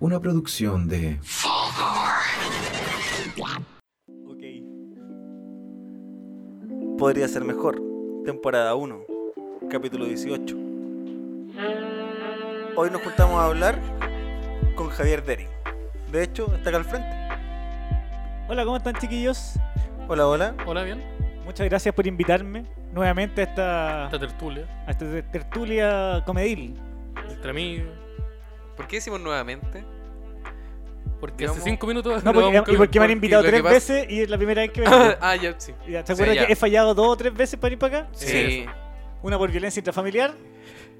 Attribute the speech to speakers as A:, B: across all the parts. A: Una producción de...
B: Ok. Podría ser mejor. Temporada 1, capítulo 18. Hoy nos juntamos a hablar con Javier Dering. De hecho, está acá al frente.
C: Hola, ¿cómo están chiquillos?
B: Hola, hola.
D: Hola, bien.
C: Muchas gracias por invitarme nuevamente a esta,
D: Esta tertulia.
C: a esta ter- tertulia comedil.
D: Entre amigos.
E: ¿Por qué decimos nuevamente?
D: Porque
E: Digamos-
D: hace cinco minutos.
C: No, porque-
D: grabamos
C: y porque me han
D: con-
C: invitado
E: lo que
C: tres
E: pasa-
C: veces y es la primera vez que vengo.
E: ah, ya, sí.
C: Ya, ¿Te
E: Sí,
C: acuerdas
E: ya.
C: que he fallado dos o tres veces para ir para acá?
E: Sí.
D: Sí,
C: Una por violencia intrafamiliar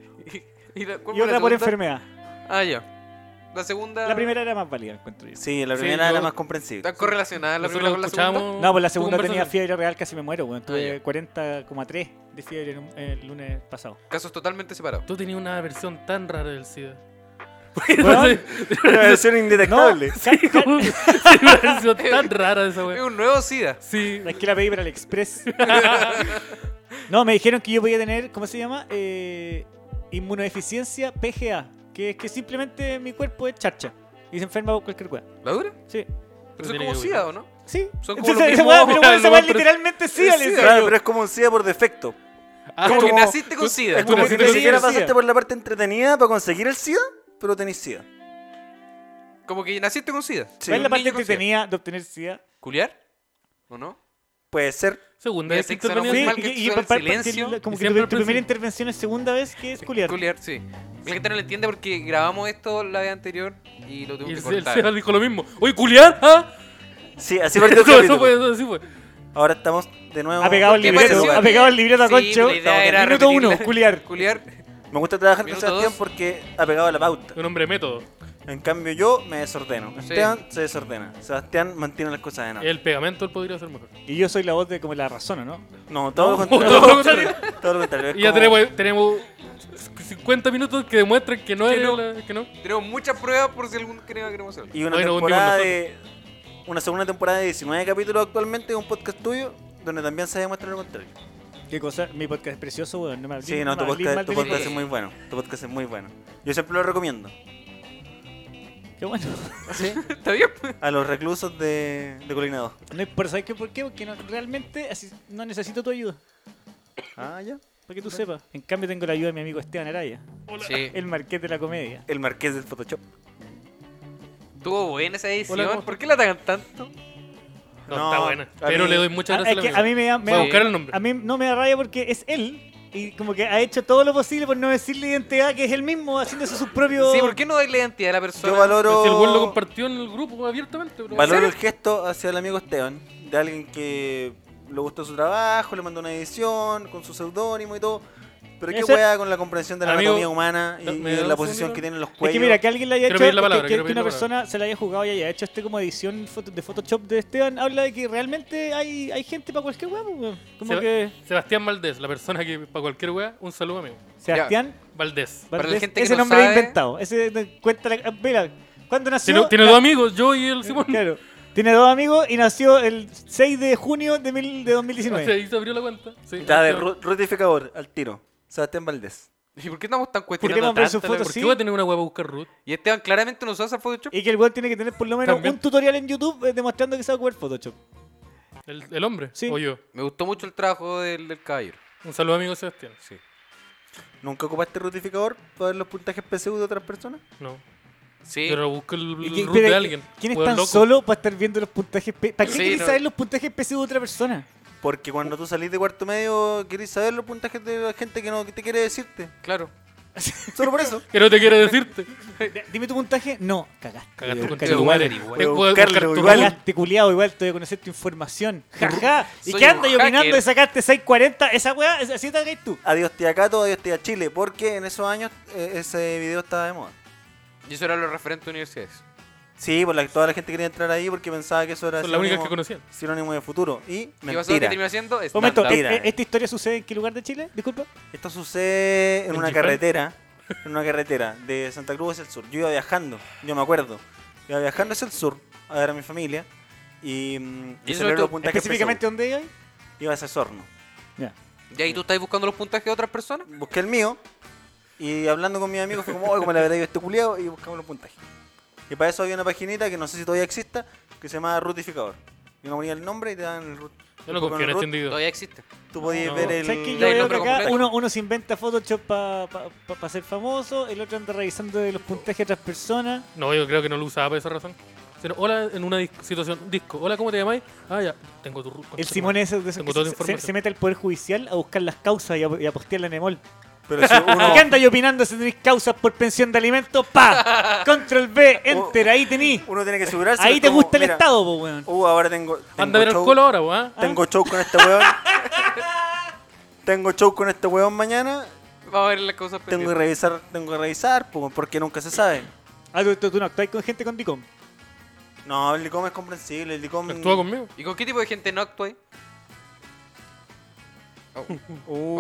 E: ¿Y, la- cuál
C: y
E: fue la
C: otra por
E: segunda?
C: enfermedad.
E: Ah, ya. La segunda.
C: La primera era más válida, encuentro yo.
B: Sí, la
D: Sí,
B: primera
D: yo-
B: era más comprensible.
E: ¿Está correlacionada la
D: Nosotros
E: primera con la segunda?
D: escuchamos
C: No, pues la
D: tu
C: segunda tenía
D: conversación.
C: fiebre real, casi me muero, weón. Tuve
E: Ah,
C: 40,3 de fiebre en un- el lunes pasado.
E: Casos totalmente separados.
D: Tú tenías una versión tan rara del SIDA.
C: Weón,
B: Una versión
C: no,
B: indetectable.
C: ca- ca-
D: una versión tan rara de esa
E: Es
D: wea.
E: un nuevo SIDA.
D: Sí.
C: Es que la pedí para el Express. no, me dijeron que yo podía tener, ¿cómo se llama? Eh, inmunodeficiencia PGA, que es que simplemente mi cuerpo es charcha y se enferma por cualquier weá.
E: ¿La dura?
C: Sí.
E: Pero eso
D: tiene
E: es como
D: que
E: SIDA, ¿o no?
C: Sí.
E: Son como
C: Entonces,
E: los
C: esa
E: mismos-
C: weá, pero weá, esa weá
D: los-
C: literalmente sí,
E: es
C: Alex.
E: SIDA.
B: Claro, pero es como un SIDA por defecto.
D: Ah,
E: como,
B: como-
E: que naciste con SIDA.
B: Es como
D: naciste
B: que ni
D: con
B: siquiera
C: SIDA.
B: pasaste por la parte entretenida para conseguir el SIDA, pero tenés SIDA.
E: Como que naciste con SIDA.
B: Sí.
C: ¿Cuál es la
E: Un
C: parte
E: niño con
C: que
E: SIDA.
C: tenía de obtener SIDA?
E: ¿Culiar? ¿O no?
B: Puede ser.
D: Segunda
E: Mira,
D: vez que
E: sexo
D: intervenía.
E: normal.
D: Sí.
E: mal que suena el
C: pa- pa-
E: silencio,
C: que- como
D: y
C: que
D: siempre
C: tu, tu primera
D: al principio.
C: intervención es segunda vez que es culiar.
E: Culiar, sí. La gente no lo entiende porque grabamos esto la vez anterior y lo
D: Y
E: tuvimos
D: el
E: que
D: el
E: cortar.
D: SIDA dijo lo mismo. Oye, culiar, ¿ah?
B: Sí, así partió el
D: Eso- eso
B: capítulo.
D: fue, eso sí fue.
B: Ahora estamos de nuevo.
C: Ha pegado el
E: ¿Qué
C: libreto,
E: pasa,
C: ha pegado el libreto a
E: Sí,
C: Concho.
E: la idea era
C: Minuto
E: repetirla.
C: uno, culiar.
E: Culiar.
B: Me gusta trabajar con
E: Minuto
B: Sebastián
E: dos.
B: porque ha pegado a la pauta.
D: Un hombre método.
B: En cambio yo me desordeno.
E: Sí.
B: Esteban se desordena. Sebastián mantiene las cosas en
E: Ah.
B: orden.
D: El pegamento él podría ser mejor.
C: Y yo soy la voz de como la razón, ¿o ¿no?
B: No, todo lo
D: todo lo
B: contrario.
D: contrario.
B: Todo lo contrario. Es
D: Y ya
B: como-
D: tenemos, tenemos 50 minutos que demuestran que no
E: Que
D: es
E: no.
D: que no.
E: Tenemos muchas pruebas por si algún crema queremos hacer.
B: Y una
D: Bueno, un
B: temporada
D: día
B: de... Una segunda temporada de 19 capítulos actualmente de un podcast tuyo donde también se demuestra lo contrario.
C: ¿Qué cosa? Mi podcast es precioso, weón. No me hablé-
B: Sí, no, tu
C: me hablé
B: podcast,
C: mal
B: tu
C: de mi
B: podcast
C: podcast.
B: es muy bueno. Tu podcast es muy bueno. Yo siempre lo recomiendo.
C: Qué bueno.
E: Está bien, pues.
B: A los reclusos de, de Colina 2.
C: No, pero ¿sabes qué? ¿Por qué? Porque no- realmente así, no necesito tu ayuda.
B: Ah, ya.
C: Para que tú sepas. En cambio, tengo la ayuda de mi amigo Esteban Araya,
E: Sí.
C: el marqués de la comedia.
B: El marqués del Photoshop.
E: Estuvo buena esa edición.
D: Hola, ¿cómo-
E: ¿Por qué la atacan tanto?
D: No,
B: No,
D: está buena.
B: a
D: Pero
B: mí-
D: le doy muchas
C: Ah, es
D: gracias a la
C: que a mí me da, me
D: Voy a
C: da-
D: buscar el nombre.
C: a mí no me da raya porque es él. Y como que ha hecho todo lo posible por no decir la identidad, que es él mismo haciéndose sus propios.
E: Sí, ¿por qué no dais la identidad a la persona?
B: Yo valoro...
D: Pero si el güey lo compartió en el grupo abiertamente, pero-
B: Valoro el gesto hacia el amigo Esteban, de alguien que le gustó su trabajo, le mandó una edición con su seudónimo y todo. Pero qué
C: Ese-
B: hueá con la comprensión de la
D: Amigo,
B: anatomía humana y,
D: da-
B: y
D: me
B: de
D: da
B: la
D: un
B: posición
D: segundito.
B: que tienen los cuellos.
C: Es que mira, que alguien le haya
D: Quiero
C: hecho,
D: pedir la palabra,
C: que- que,
D: quiero
C: que
D: pedir
C: una
D: la palabra.
C: persona se la haya jugado y haya hecho este como edición foto- de Photoshop de Esteban, habla de que realmente hay, hay gente para cualquier huevo. weón. Como
D: Seba-
C: que
D: Sebastián Valdés, la persona que para cualquier wea, un saludo amigo.
C: Sebastián
D: Valdés.
E: Para la
C: Valdés,
E: gente que
C: ese
E: no
C: nombre es
E: sabe-
C: inventado. Ese de- cuenta la- mira, ¿cuándo nació?
D: Tiene, tiene
C: Na-
D: dos amigos, yo y el Simón.
C: Claro. Tiene dos amigos y nació el 6 de junio de, mil- de 2019.
D: Se hizo abrió la cuenta. Sí,
B: Está de
D: Sebastián.
B: ru- rutificador, al tiro. Sebastián Valdés.
E: ¿Y por qué estamos tan
C: qué
E: cuestionando
C: vamos a ver sus
E: tanto?
C: fotos?
D: ¿Por
C: sí.
D: qué va a tener una wea para buscar Ruth?
E: Y Esteban claramente no usa Photoshop.
C: Y que el weón tiene que tener por lo menos
D: También.
C: un tutorial en YouTube eh, demostrando que sabe jugar Photoshop.
D: ¿El, el hombre?
C: Sí.
D: ¿O yo?
E: Me gustó mucho el trabajo del, del caballero.
D: Un saludo amigo Sebastián.
E: Sí.
B: ¿Nunca ocupaste rutificador para ver los puntajes PSU de otras personas?
D: No.
E: Sí.
D: Pero busco el,
C: Y
D: el
C: que-
D: Ruth
C: pero,
D: de alguien.
C: ¿Quién es
D: Weón
C: tan
D: loco.
C: solo para estar viendo los puntajes? P- ¿Para qué
E: Sí,
C: querés
E: no.
C: saber los puntajes PC de otra persona?
B: Porque cuando tú salís de cuarto medio, querés saber los puntajes de la gente que no que te quiere decirte.
E: Claro.
B: Solo por eso.
D: Que no te quiere decirte.
C: D- Dime tu puntaje. No, cagaste.
D: Cagaste
C: weón,
D: con
C: cagaste,
D: tu madre.
E: igual.
D: Tengo que
B: Voy a
D: buscar
B: buscarlo,
D: tu
B: igual.
D: Ruth.
C: Cagaste, culiado, igual te voy a conocer tu información. Jaja. ¿Y
E: Soy
C: qué
E: un
C: andas y opinando
E: hacker.
C: y sacaste 640? Esa weá, es- así te hagáis tú.
B: Adiós tía Cato, adiós tía Chile, porque en esos años eh, ese video estaba de moda.
E: Y eso era lo referente a universidades.
B: Sí, por la, toda la gente quería entrar ahí porque pensaba que eso era
D: Son las
B: sinónimo,
D: únicas que conocían.
B: sinónimo de futuro. Y
E: ¿Qué pasó? ¿Qué
B: mentira.
E: terminó haciendo?
C: Un Momento,
E: Stand-up.
C: ¿e-
B: Mira.
C: e- ¿esta historia sucede en qué lugar de Chile? Disculpa.
B: Esto sucede en
D: ¿En
B: una
D: Chifán?
B: carretera, en una carretera de Santa Cruz hacia el sur. Yo iba viajando, yo me acuerdo. Iba viajando hacia el sur a ver a mi familia y, mm, y
E: ¿Y eso
B: celebré
E: tú-
B: los puntajes
C: Específicamente, ¿dónde hay?
B: PSU. iba hacia Sorno.
C: Ya.
E: ¿Y ahí tú estás buscando los puntajes de otras personas?
B: Busqué el mío y hablando con mis amigos fue como, oye, como le habrá ido este culiado y buscamos los puntajes. Y para eso había una paginita que no sé si todavía exista, que se llama Rutificador. Y uno ponía el nombre y te daban el root.
D: Yo no confío en este individuo.
E: Todavía existe.
B: Tú podías
D: No.
B: ver el.
C: ¿Sabes que yo
E: el
C: veo que
E: nombre
C: acá
E: completo.
C: uno, uno se inventa Photoshop para ser famoso, el otro anda revisando de los puntajes de otras personas?
D: No, yo creo que no lo usaba por esa razón. Sino, hola, en una dis- situación, disco. Hola, ¿cómo te llamáis? Ah, ya, tengo tu ruta.
C: El Simón es de esos
D: Tengo
C: que se,
D: toda la
C: se-
D: información.
C: se mete al Poder Judicial a buscar las causas y a, y a postearla en Emol.
B: Pero si uno.
C: Acá andáis opinando si tenéis causas por pensión de alimentos? ¡Pa! Control B, Enter, ahí tení.
B: Uno tiene que asegurarse.
C: Ahí
B: es
C: te
B: como,
C: gusta el
B: mira,
C: Estado, po, weón.
B: Uh, ahora tengo. tengo
D: Anda a ver el
B: show-
D: colo ahora, weón.
B: Tengo show con este weón. tengo show con este weón mañana.
E: Vamos a ver las cosas
B: Tengo que
E: pendientes.
B: revisar, tengo que revisar, po, porque nunca se sabe.
C: Ah, tú, tú- tú no actuáis con gente con DICOM.
B: No, el licom es comprensible, el licom.
D: Actúa conmigo.
E: ¿Y con qué tipo de gente no actúa?
B: Uh,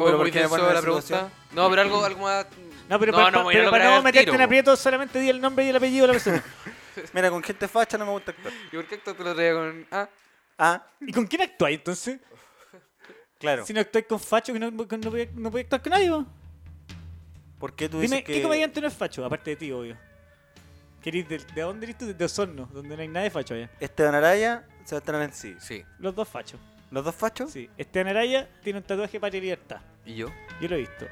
E: ¿O
B: pero
E: muy
B: ¿por qué me
E: denso
B: ponen en
E: Oh, la
B: esa
E: pregunta?
B: situación?
E: No, pero algo, algo más.
C: No, pero para no,
E: voy a lograr
C: para no
E: el
C: meterte
E: tiro,
C: en
E: po.
C: aprieto, solamente di el nombre y el apellido de la persona.
B: Mira, con gente facha no me gusta actuar.
E: ¿Y por qué actuaste el otro día con.? Ah,
B: Ah,
C: ¿Y con quién actuáis entonces?
B: claro.
C: Si no actuáis con Facho, que no, que no, podía- no podía actuar con nadie, po.
B: ¿Por qué tú dices
C: Dime,
B: que.?
C: ¿qué comediante no es facho? Aparte de ti, obvio. ¿Querís del- de, dónde eres tú? De Osorno, donde no hay nadie facho allá.
B: Esteban Araya, Sebastián Nancy.
E: sí.
C: Los dos fachos.
B: ¿Los dos fachos?
C: Sí. Esteban Araya tiene un tatuaje para libertad.
E: ¿Y yo?
C: Yo lo he visto.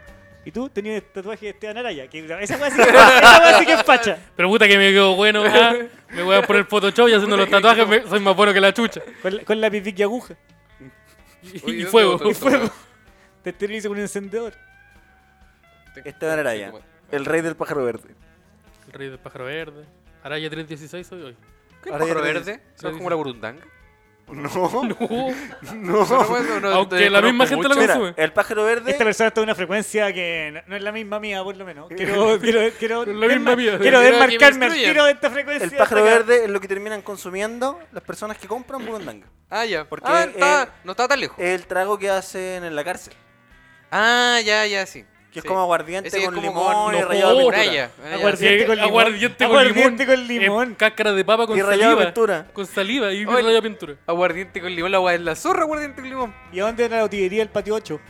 C: Y tú tenías el tatuaje de Esteban Araya. Que esa weá sí, que- esa weá sí que es facha.
D: Pero puta que me quedo bueno, ah, me voy a poner Photoshop y haciendo los tatuajes, me- soy más bueno que la chucha.
C: Con, la- con la pipic y aguja.
D: Y,
E: Oye,
D: y
E: yo
D: fuego.
E: tengo-
D: Y fuego.
C: Te esterilizo con un encendedor.
B: Esteban Araya, el rey del pájaro verde.
D: El rey del pájaro verde. Araya 316 soy hoy.
E: ¿Qué
B: Ahora ya
E: pájaro
B: te-
E: verde? ¿No es como la burundanga?
B: No,
D: Uh,
E: No, no, no, no,
D: Aunque
E: te
D: la misma
E: conozco
D: gente
E: mucho.
D: lo-
B: Mira,
D: consume.
B: el pájaro verde.
C: Esta persona está en una frecuencia que no, no es la misma mía, por lo menos. Quiero, quiero, quiero,
D: La misma
C: desmar-
D: mía.
C: quiero
E: Quiero que me
C: desmarcarme al
E: instruyan.
C: tiro de esta frecuencia.
B: El pájaro
C: hasta acá.
B: verde es lo que terminan consumiendo las personas que compran burundanga.
E: Ah, ya.
B: Porque
E: ah,
B: él-
E: está-
B: él-
E: no estaba tan lejos.
B: Es el trago que hacen en la cárcel.
E: ah, ya, ya, sí.
B: Que es
E: Sí.
B: como aguardiente
E: Ese es
B: con
E: como
B: limón
E: con-
B: y
D: no,
B: rayado de
D: con
B: pintura.
E: Raya. Ah, ya,
C: Aguardiente.
D: sí,
C: con limón.
D: aguardiente con
C: Aguardiente
D: limón.
C: con limón.
D: Eh, Cáscara de papa con
B: Y rallado de
D: saliva.
B: pintura.
D: Con saliva y
E: Oye.
D: rallado de pintura.
E: sí. Aguardiente con limón, la agua es la zorra, aguardiente con limón.
C: ¿Y a dónde era la botillería del patio 8?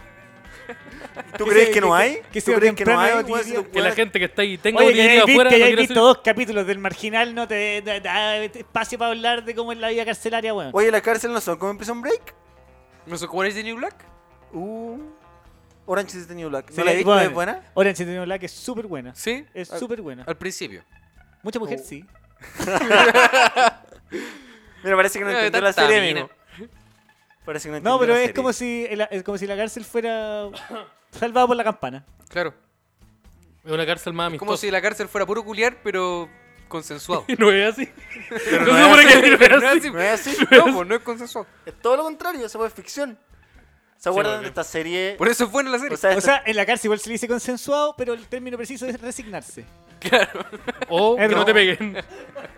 B: ¿Tú
C: Que
B: crees
C: se-
B: que no
C: que-
B: hay?
C: que
B: ¿Tú
C: se
B: crees que no
C: temprano
B: hay?
C: de
B: weón? Si
C: botillería.
B: tú-
D: Que la gente que está ahí tenga
C: Oye, que
D: botillería
C: hayáis visto,
D: afuera.
C: que
D: no
C: hayáis
D: quiere
C: visto dos capítulos del marginal, no te da, da espacio para hablar de cómo es la vida carcelaria, weón.
B: Oye, la cárcel no son como en Prison Break.
E: ¿No sé cómo eres de New Black?
B: Uh, Orange is the New Black.
C: Se
B: ¿No la
C: la-
B: he visto?
C: bueno,
B: ¿Es buena?
C: Orange is the New Black es súper buena.
E: Sí.
C: Es
E: Al-
C: súper buena.
E: Al principio.
B: Oh,
C: Mucha mujer sí.
B: Mira, parece que no
E: Eh,
B: entendió la
E: tanta
B: serie,
E: mina.
B: amigo. Parece que no entendió
C: No, pero
B: la
C: es
B: serie.
C: como si el- es como si la cárcel fuera salvada por la campana.
E: Claro.
D: Es una cárcel más
E: Es
D: amistosa.
E: como si la cárcel fuera puro culiar, pero consensuado.
D: Y no es así.
B: Pero
D: No
B: no
D: se
B: es
D: supone que no es
E: No es
D: así.
E: así.
B: No es así.
E: No, pues no es consensuado.
B: Es todo lo contrario, esa fue ficción. ¿Se acuerdan
D: bueno.
B: de esta serie?
E: Por eso fue en la serie.
C: O
B: esta-
C: sea, en la cárcel igual se le dice consensuado, pero el término preciso es resignarse.
D: O
C: Es
D: que no
C: Eh, no.
D: te peguen.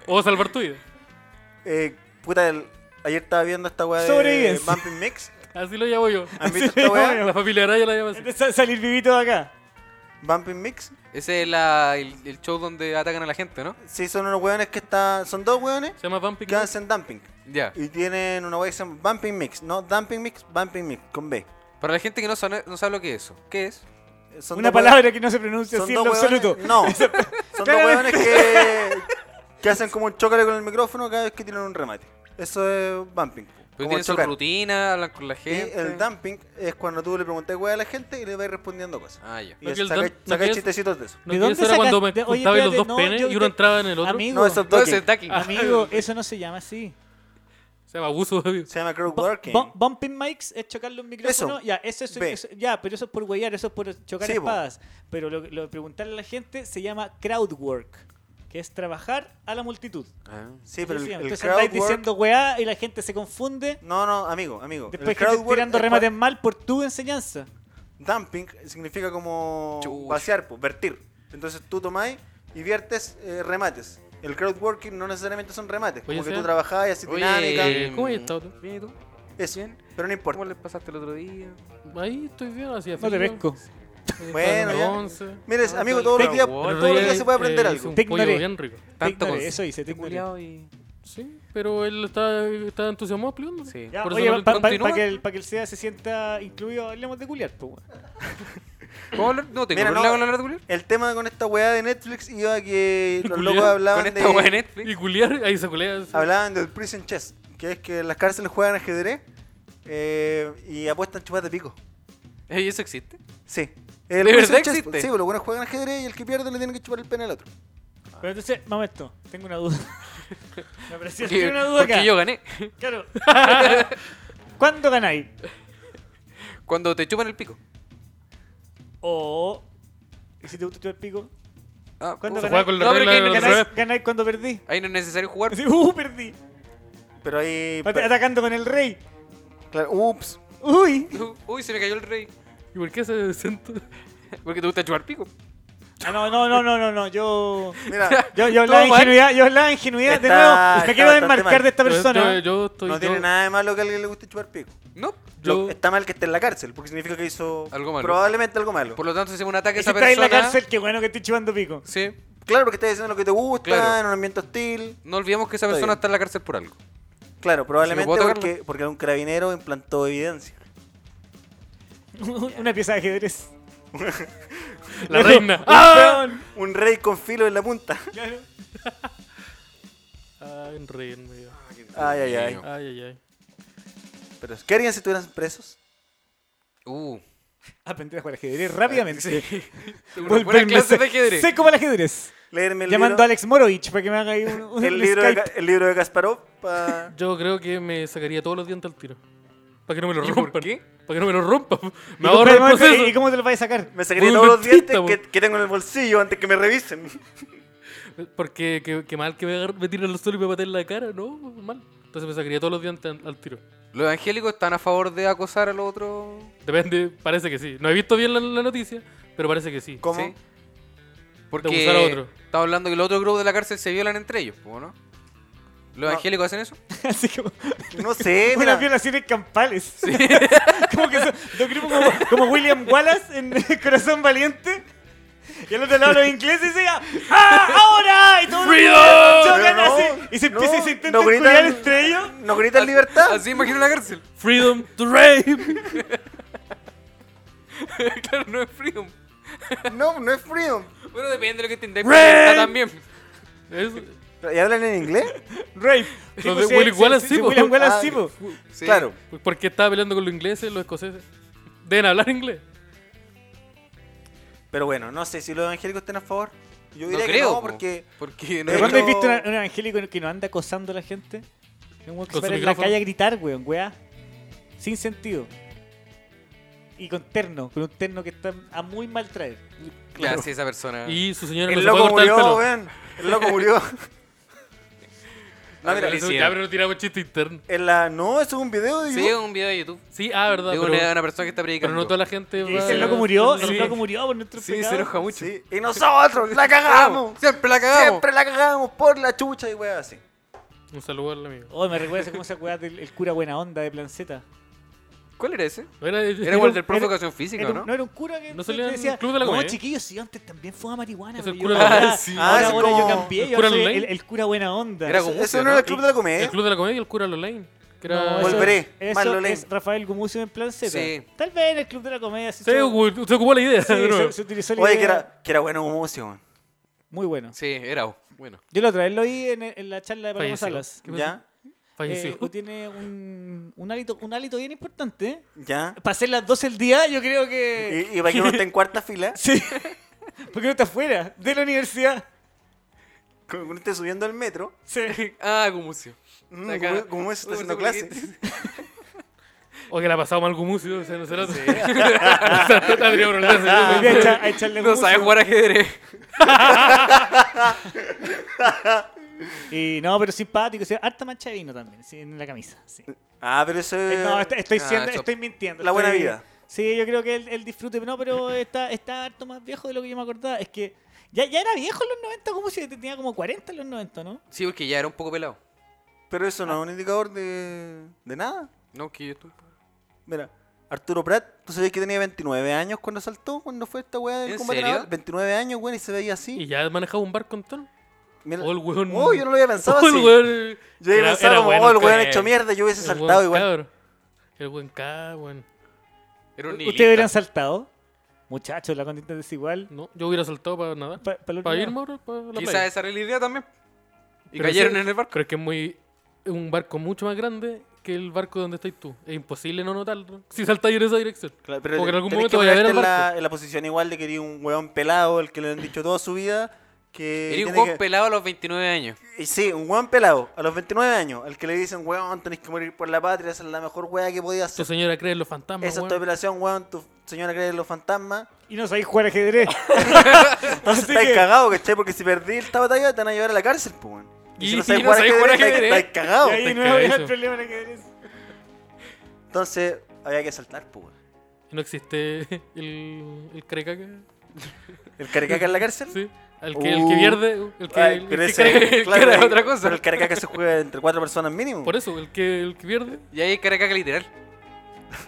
D: O salvar tu vida.
B: eh, puta, el- ayer estaba viendo esta weá de
C: Sobrevivencia.
B: Bumping Mix.
D: Así lo llamo yo.
B: ¿Han
C: Sí,
B: visto esta weá?
C: obvio.
D: La familia Araya la llama así.
C: Es de salir vivito de acá.
B: Bumping Mix.
E: Ese es la- el, el show donde atacan a la gente, ¿no?
B: Sí, son unos weones que están. Son dos weones
D: Se llama Van
B: que hacen dumping.
E: Ya.
B: Y tienen una weá que se llama Bumping Mix. No, Dumping Mix, Bumping Mix, con B.
E: Para la gente que no sabe, no sabe lo que es eso. ¿Qué es?
B: Son
C: Una
B: dos
C: palabra
B: weones-
C: que no se pronuncia
B: son
C: así en
B: dos
C: lo
B: weones-
C: absoluto.
B: No, son dos weones que. que hacen como un chocale con el micrófono cada vez que tienen un remate. Eso es Bumping.
E: Pero
B: como
E: tienen su
B: chocar.
E: rutina, hablan con la
B: Y
E: gente.
B: el dumping es cuando tú le preguntas weá a la gente y le vas respondiendo cosas.
E: Ah, ya.
B: Y
D: No, que el
B: sacáis
D: dump- no,
B: sacáis
D: que es-
B: chistecitos de eso.
D: No,
C: ¿De
D: que
C: dónde
D: eso era cuando me
C: sacaste? Oye,
D: juntaban los
C: espérate,
D: dos
C: no,
D: penes
C: yo
D: y uno
C: te-
D: entraba en el otro.
C: Amigo,
B: No, es
E: Entonces,
B: abducking.
E: attacking.
C: amigo, eso no se llama así.
D: Se llama abuso. obvio.
B: Se llama crowd
C: Bu-
B: working.
C: bu- bumping mics es chocar los micrófonos.
B: Eso.
C: Ya, eso es,
B: Ve.
C: eso- ya, pero eso es por huellar, eso es por chocar
B: Sí, po.
C: espadas. Pero lo, lo de preguntarle a la gente se llama crowd work, que es trabajar a la multitud.
E: Ah.
B: Sí, pero el,
C: Sí,
B: el
C: Entonces
B: crowd
C: andáis
B: work...
C: diciendo weá y la gente se confunde.
B: No, no, amigo, amigo.
C: Después
B: crowd
C: gente
B: work
C: tirando
B: es
C: remates mal por tu enseñanza.
B: cua- Dumping significa como
E: Chuch.
B: vaciar, pues, vertir. Entonces tú tomáis y viertes eh, remates. El crowd working no necesariamente son remates,
D: Oye,
B: como que
D: Seba.
B: tú trabajás y haces dinámica.
D: Eh, ¿cómo has estado tú?
E: ¿Bien y tú?
B: Eso.
E: bien.
B: Pero no
E: ¿Cómo
B: importa.
E: le pasaste el otro día?
D: Ahí estoy bien, así
C: No te pesco.
B: Bueno, ya. Mires, amigo, todos los
E: Crowd
B: días,
E: work.
B: todos los días se puede aprender algo.
D: eh, Un
C: Te
D: pollo
C: ignoré.
D: bien rico.
C: Te
E: Tanto
C: ignoré,
E: con-
C: eso hice, te
E: Te
C: ignoré.
E: culiao y...
D: Sí, pero él está, está entusiasmado explicando.
E: Sí.
C: Ya,
D: Por eso
C: oye,
D: no-
C: para
E: continúa.
C: que el, pa' que el SEA se sienta incluido, hablemos de culiar, po, weón.
E: ¿Cómo hablar? No, tengo
B: Mira,
E: problema
B: no.
E: con hablar de culiar.
B: El tema con esta weá de Netflix iba a que los
D: Culiar
B: locos hablaban
E: Con esta wea de
B: de,
E: Netflix.
D: Y culiar, ahí se culea. se-
B: hablaban del prison chess, que es que en las cárceles juegan ajedrez eh, y apuestan chupas de pico.
E: Ey, eso existe?
B: Sí. El
E: ¿De
B: prison
E: verdad
B: chess,
E: existe?
B: Sí, pues los buenos juegan ajedrez y el que pierde le tiene que chupar el pene al otro.
C: Pero entonces, vamos a esto. Tengo una duda. Me pareció
E: Porque-
C: que tengo una duda acá.
E: porque yo gané.
C: Claro. ¿Cuándo ganáis?
E: Cuando te chupan el pico.
C: O. ¿Y si te gusta chupar el pico?
E: Ah,
C: ¿Cuándo
E: puta.
D: juega con la
E: No, pero
D: regla
E: que
D: del
E: no-
D: revés.
C: ¿Ganáis, ganáis cuando perdí?
E: Ahí no es necesario jugar.
C: Así, ¡Uh, perdí!
B: Pero ahí.
C: At- Atacando con el rey.
B: claro, ups.
C: ¡Uy!
E: Uy, se me cayó el rey.
D: ¿Y por qué se siente?
E: Porque te gusta chupar pico.
C: Ah, no, no, no, no, no, no. Yo.
B: Mira,
C: Yo, yo hablaba de
E: Todo mal.
C: ingenuidad, yo hablaba de ingenuidad.
B: Está-
C: de nuevo,
B: está
C: me quiero
B: bastante
C: desmarcar
B: mal.
C: de esta persona.
D: Yo, yo estoy.
B: no
D: yo-
B: tiene nada de malo que a alguien le guste chupar pico.
E: No.
D: yo-
B: Lo- está mal que esté en la cárcel, porque significa que hizo
E: Algo malo.
B: probablemente algo malo.
E: Por lo tanto, si hacemos un ataque
C: Y
E: a
C: si
E: esa
C: estás en
E: persona.
C: la cárcel, qué bueno que estoy chupando pico.
E: Sí.
B: Claro, porque estás diciendo lo que te gusta,
E: Claro.
B: en un ambiente hostil.
E: No olvidemos que esa
B: Está
E: persona
B: bien.
E: está en la cárcel por algo.
B: Claro, probablemente
E: puedo tocarla?
B: porque, porque un carabinero implantó evidencia.
C: Una pieza de ajedrez.
D: La reina.
C: Un
D: ¡Ah!
C: peón.
B: Un rey con filo en la punta.
C: Claro.
D: Ay, Ah, en reírme. yo.
B: Ay, ay, ay.
E: mío.
D: Ay, ay, ay.
B: Pero, ¿qué harían si estuvieran presos?
E: Uh.
C: Aprender a jugar ajedrez rápidamente.
E: Una buena
C: Volverme
E: clase de
C: se-
E: ajedrez.
C: Seco para el ajedrez.
B: Leerme el
C: Llamando a
B: libro,
C: Alex Morovich para que me haga ahí un, un
B: el libro, de,
C: Skype.
B: Ga- el libro de Kasparov pa-
D: Yo creo que me sacaría todos los dientes al tiro. Para que no me lo
E: ¿Y
D: rompan.
E: por qué?
D: Para que no me lo rompan.
C: ¿Y
D: Me
C: cómo-
D: ahorro el
C: pero,
D: proceso.
C: ¿Y cómo te lo vas a sacar?
B: Me sacaría
D: Muy
B: todos los
D: dentista,
B: dientes
D: po.
B: que, que tengo en el bolsillo antes que me revisen.
D: Porque qué, qué mal que me, agar- me tiren al suelo y me pateen la cara, ¿no? Mal. Entonces me sacaría todos los dientes al, al tiro.
E: Los evangélicos están a favor de acosar al otro.
D: Depende, parece que sí. No he visto bien la, la noticia, pero parece que sí.
B: ¿Cómo?
E: Sí. Porque
D: abusar a otro.
E: estaba hablando que los otros grupos de la cárcel se violan entre ellos, po, ¿no? ¿Los
B: No.
E: evangélicos hacen eso?
C: Así como
B: No sé, mira.
C: unas violaciones campales. como que son dos grupos como, como William Wallace en Corazón Valiente. Y al otro lado los ingleses y ¡Ah! ¡Ahora! Y todos los
D: ¡Freedom!
C: ingleses chocan
B: No,
C: así. Y se,
B: no,
C: empieza- y se intentan
B: no gritan.
C: culiar entre ellos.
B: Nos gritan libertad.
E: Así imagino la cárcel.
D: Freedom to rape.
E: claro, no es frío.
B: No, no es freedom.
E: Bueno, depende de lo que entendáis.
D: Rape.
E: Está también.
D: Eso.
B: ¿Y hablan en inglés?
C: Rape. Sí,
D: de
C: pues, sí,
D: William
C: sí,
D: Wallace,
C: sí,
D: sí, po.
C: William Wallace,
B: Ah,
C: sí, po.
E: Sí.
B: Claro.
D: Porque estaba peleando con los ingleses, los escoceses. Deben hablar inglés.
B: Pero bueno, no sé si los evangélicos estén a favor. Yo
E: No
B: diría que
E: creo,
B: no,
E: po.
B: porque Eh,
E: Porque
C: ¿Pero
E: no
B: De
C: cuándo has
B: hecho-
C: visto una- un evangélico que no anda acosando a la gente? Un weón que se
D: Con su
C: para en la
D: micrófono.
C: calle a gritar, weón, weá. Sin sentido. Y con terno, con un terno que está a muy mal traer.
E: Ya, sí, esa persona.
D: Y su señora no
B: el
D: se puede
B: loco
D: cortar el
B: murió,
D: pelo.
B: vean. El loco murió.
E: No,
B: no, mira,
E: le
D: Eso,
E: hicieron.
D: ya, Ah, pero no tiraba un chiste interno.
B: en la... No, eso es un video de
E: Sí,
B: YouTube.
E: es un video de YouTube.
D: Sí, ah, verdad.
E: de
D: Pero,
E: una, una persona que está
D: pero
E: predicando.
D: no toda la gente
C: Y
D: va...
C: dice, el loco murió,
D: Sí.
C: el loco murió por nuestro
E: Sí, se enoja mucho.
B: Sí, Y nosotros la cagamos.
E: Siempre la cagamos.
B: Siempre la cagamos por la chucha y weá así.
D: Un saludo al amigo.
C: Oh, me recuerda como esa weá del el cura buena onda de Planceta.
E: ¿Cuál era ese?
D: No era,
E: Era como el
D: del...
E: del profe
C: era-
E: de educación física,
C: Era un-
E: ¿no?
C: era un cura que
D: ¿No
C: que
D: salía en
C: decía,
D: Club de la
C: no,
D: Comedia"?
C: chiquillos, si yo antes también fumaba marihuana.
D: Es el
C: pero
D: cura
C: yo,
D: de la
C: ahora,
D: comedia.
E: sí.
B: Ah,
C: ahora,
B: ese
C: ahora
B: como-
C: yo cambié,
D: ¿El
C: yo
D: cura
C: soy
D: Lolay?
C: el, el cura buena onda.
E: Era
C: Eso-
E: como-
B: Eso
E: Gumucio,
B: no era
E: ¿no?
B: el club de la
D: El
B: comedia.
D: club de la comedia y el cura Lolain. Que
C: No,
D: era...
C: eso-
B: eh. Volveré, más
C: Eso
B: Lolén.
C: es Rafael Gumucio en Planceta.
E: Sí.
C: Tal vez en el Club de la Comedia. sí
D: Se,
C: se-
D: ocu- se ocupó la idea.
C: Sí,
D: de nuevo.
C: se, se utilizó la
B: Oye,
C: idea.
B: que era, que era bueno como weón.
C: Muy bueno.
E: Sí, era. Bueno.
C: Yo la otra vez lo oí en, en la charla de Paloma
D: Falleció.
C: Salas.
D: ¿Qué pasó?
B: ¿Ya?
D: Falleció.
C: Eh, u- tiene un, un, hálito, un hálito bien importante. ¿eh?
B: ¿Ya?
C: Para ser las 12 del día, yo creo que...
D: Eh,
B: Y, y para que uno esté en cuarta fila,
C: Sí. Porque no está afuera, de la universidad.
B: como uno esté subiendo al metro,
C: Sí.
E: Ah, Gumucio.
B: mm,
E: Acá.
B: como, como eso está haciendo
E: Uh, seguro que-
B: clases.
D: O que la ha pasado mal Gumucio. O sea, no se la... O sea, no tendría problemas.
C: Volví a echar- a echarle
E: No
C: Gumucio.
E: sabe jugar ajedrez.
C: Y no, pero simpático. o sea, harta mancha de vino también, sí, en la camisa. sí.
B: Ah, pero eso
C: Eh,
B: es...
C: No,
D: este-
C: est- estoy,
E: ah,
C: siendo,
E: eso-
C: estoy mintiendo.
B: la buena
C: estoy-
B: vida.
C: Sí, yo creo que él, él disfrute. No, pero está, está harto más viejo de lo que yo me acordaba. Es que ya, ya era viejo en los 90, como si tenía como 40 en los 90, ¿no?
E: Sí, porque ya era un poco pelado.
B: Pero eso no es un indicador de, de nada.
E: No, que yo estoy.
B: Mira, Arturo Prat, ¿tú sabías que tenía 29 años cuando saltó? Cuando fue esta weá del
E: ¿En
B: combate
E: serio?
B: naval? 29 años, weón, y se veía
D: Y
B: así.
D: ya manejaba un barco entonces.
B: Mira-
D: O el weón.
B: Oh, yo no lo había pensado
D: o el
B: así.
D: weón-
B: Yo había
D: era-
B: pensado
D: era
B: como,
D: bueno
B: oh, el weón
D: que-
B: hecho mierda, yo hubiese
D: el
B: saltado
D: weón
B: igual.
D: cabro. El buen K, weón.
E: Era un
C: ¿Ustedes hubieran
E: nihilista.
C: saltado? Muchachos, la condición es desigual.
D: No, yo hubiera saltado para nada.
C: Pa- pa' la
D: Para
C: última.
D: ir, Mauro, para la
E: Quizás
D: playa.
E: esa era la idea también. Y
D: Pero
E: cayeron
D: ese-
E: en el barco.
D: Pero es que es muy. Es un barco mucho más grande que el barco donde estáis tú. Es imposible no notarlo. Si saltáis en esa dirección.
B: Claro, pero
D: Como que en
B: te-
D: algún
B: tenés
D: momento
B: que
D: vaya a ver
B: ponerte
D: el
B: en la, en la posición igual de que eres un hueón pelado, el que le han dicho toda su vida. Que
E: Era un
B: eh, tiene
E: juego
B: que-
E: pelado a los 29 años.
B: Y Sí, un hueón pelado, a los 29 años, al que le dicen, hueón, tenés que morir por la patria, esa es la mejor hueá que podías
D: Tu
B: hacer.
D: señora cree en los fantasmas.
B: Esa es tu
D: weón.
B: apelación, hueón, tu señora cree en los fantasmas.
C: Y no sabéis jugar ajedrez.
B: Entonces
C: Así
B: estáis
C: que-
B: cagado, ¿cachai? Porque si perdí esta batalla, te van a llevar a la cárcel, pues, weón.
D: Y-
B: si no
D: y
B: sabes
D: no
B: jugar
D: sabes
B: ajedrez,
D: jugar
B: estáis-
D: ajedrez.
B: estáis cagado.
C: y ahí
D: te
C: no había
D: cagazo.
C: problema en ajedrez.
B: Entonces, había que saltar, pues, weón.
D: No existe el, el creca que.
B: ¿El caricaca en la cárcel?
D: Sí. El que, el que
B: Uh.
D: pierde. El que,
B: Ay,
D: el
B: pero
D: que
B: ese-
D: cree- el que
B: claro,
D: era
B: pero-
D: otra cosa.
B: Pero el caricaca se juega entre cuatro personas mínimo.
D: Por eso, el que, el que pierde.
E: Y ahí carecaca literal.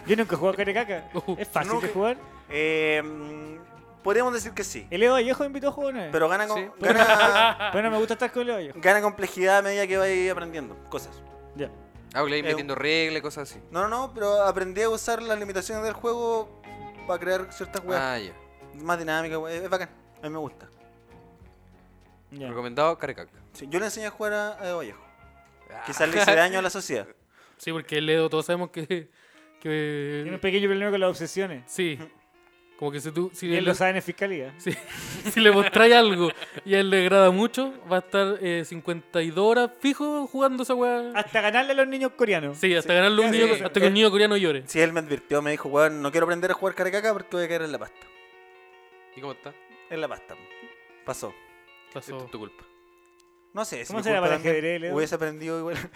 C: Yo nunca he jugado carecaca.
D: Uh,
C: es fácil
B: nunca.
C: de jugar.
B: Eh, mm, podríamos decir que sí.
C: El Edo Vallejo me invitó a jugar una vez.
B: Pero gana, con-
E: Sí.
B: gana,
C: Pero no me gusta estar con el Edo Vallejo.
B: gana complejidad a medida que vais aprendiendo cosas.
C: Ya.
E: Ah, porque le iba
B: Eh,
E: metiendo reglas y cosas así.
B: No, no, no, pero aprendí a usar las limitaciones del juego para crear ciertas weas
E: Ah, ya.
B: más dinámicas. weas. Es bacán, a mí me gusta.
C: ya.
E: Recomendado carecaca.
B: Sí, yo le enseñé a jugar a, a De Vallejo.
E: Ah.
B: Quizás le hice daño a la sociedad.
D: Sí, porque el Edo, todos sabemos que.
C: Tiene un
D: que
C: pequeño problema con las obsesiones.
D: sí. Como que si tú. Si
C: Y él
D: el-
C: lo sabe en fiscalía.
D: Sí. si le mostráis algo y a él le agrada mucho, va a estar eh, 52 horas fijo jugando esa weá.
C: Hasta ganarle a los niños coreanos.
D: Sí, hasta ganarlo un
E: sí,
D: niño,
E: sí.
D: hasta que un niño coreano llore.
B: Si él me advirtió, me dijo, weón, no quiero aprender a jugar carecaca porque voy a caer en la pasta.
E: ¿Y cómo está?
B: En la pasta. Pasó.
E: Esto
D: Pasó.
E: es tu culpa.
B: No sé, si
C: ¿Cómo
B: mi
C: será
B: culpa
C: para
B: también,
C: ajedrez, Leo?
B: Hubiese aprendido igual.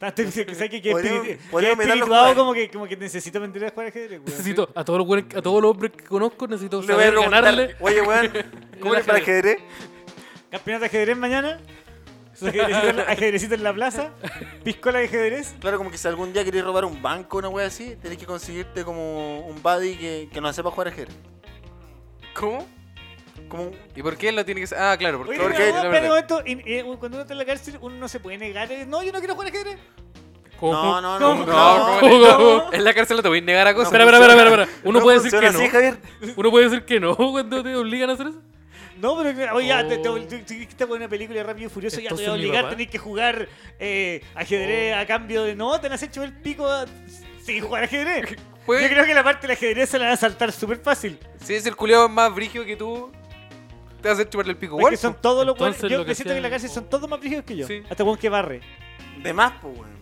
C: Tanto que que sabes que que
B: Podríamos-
C: espiriti- que
B: podríamos invitarlo a
C: espirituado
B: jugar.
C: como que, como que necesito aprender a jugar ajedrez. weón.
D: Necesito, a todos los weones- a todos los hombres que conozco, necesito
B: Le voy a
D: saber
B: preguntar,
D: ganarle.
B: oye, weón, ¿cómo eres para ajedrez?
C: Campeonato de ajedrez mañana. Ajedrecito en la- ajedrecito en la plaza. Piscola de ajedrez.
B: Claro, como que si algún día querés robar un banco o una wea así, tenés que conseguirte como un buddy que, que no sepa jugar ajedrez.
E: ¿Cómo?
B: Como un-
E: ¿Y por qué él lo tiene que hacer? Ah, claro,
C: Oye,
E: porque.
C: pero
E: porque-
C: no,
E: la
C: espérate un
E: verdad.
C: momento. y- eh, cuando uno está en la cárcel, uno no se puede negar. eh, No, yo no quiero jugar ajedrez.
D: ¿Cómo?
B: No, no, no.
C: ¿Cómo?
E: No,
D: ¿Cómo?
E: ¿cómo? En la cárcel no te voy a negar a cosas.
D: Espera, espera, espera, espera, espera. Uno
B: No
D: puede decir
B: funciona
D: que no.
B: pues, así, Javier.
D: Uno puede decir que no cuando te obligan a hacer eso.
C: No, pero oye, ya, te,
D: Oh.
C: te, te- te- te pones una película de rápido y furioso, ya te voy
D: Entonces,
C: a
D: mi
C: obligar,
D: papá.
C: tenés que jugar eh, ajedrez
B: Oh.
C: a cambio de. No, te la has hecho el pico a- sin jugar ajedrez.
E: Juegue-
C: Yo creo que la parte del ajedrez se la va a saltar súper fácil.
E: Si es el culiao es más brígido que tú, te vas a hacer chupar el pico.
C: Porque
E: igual,
C: son
E: po.
C: todos los
D: Entonces,
C: buenos. Yo
D: lo
C: me
D: que
C: siento que en la
D: hacían-
C: cárcel son todos más brígidos que yo.
D: Sí.
C: Hasta weón que barre.
B: De más, pues, weón.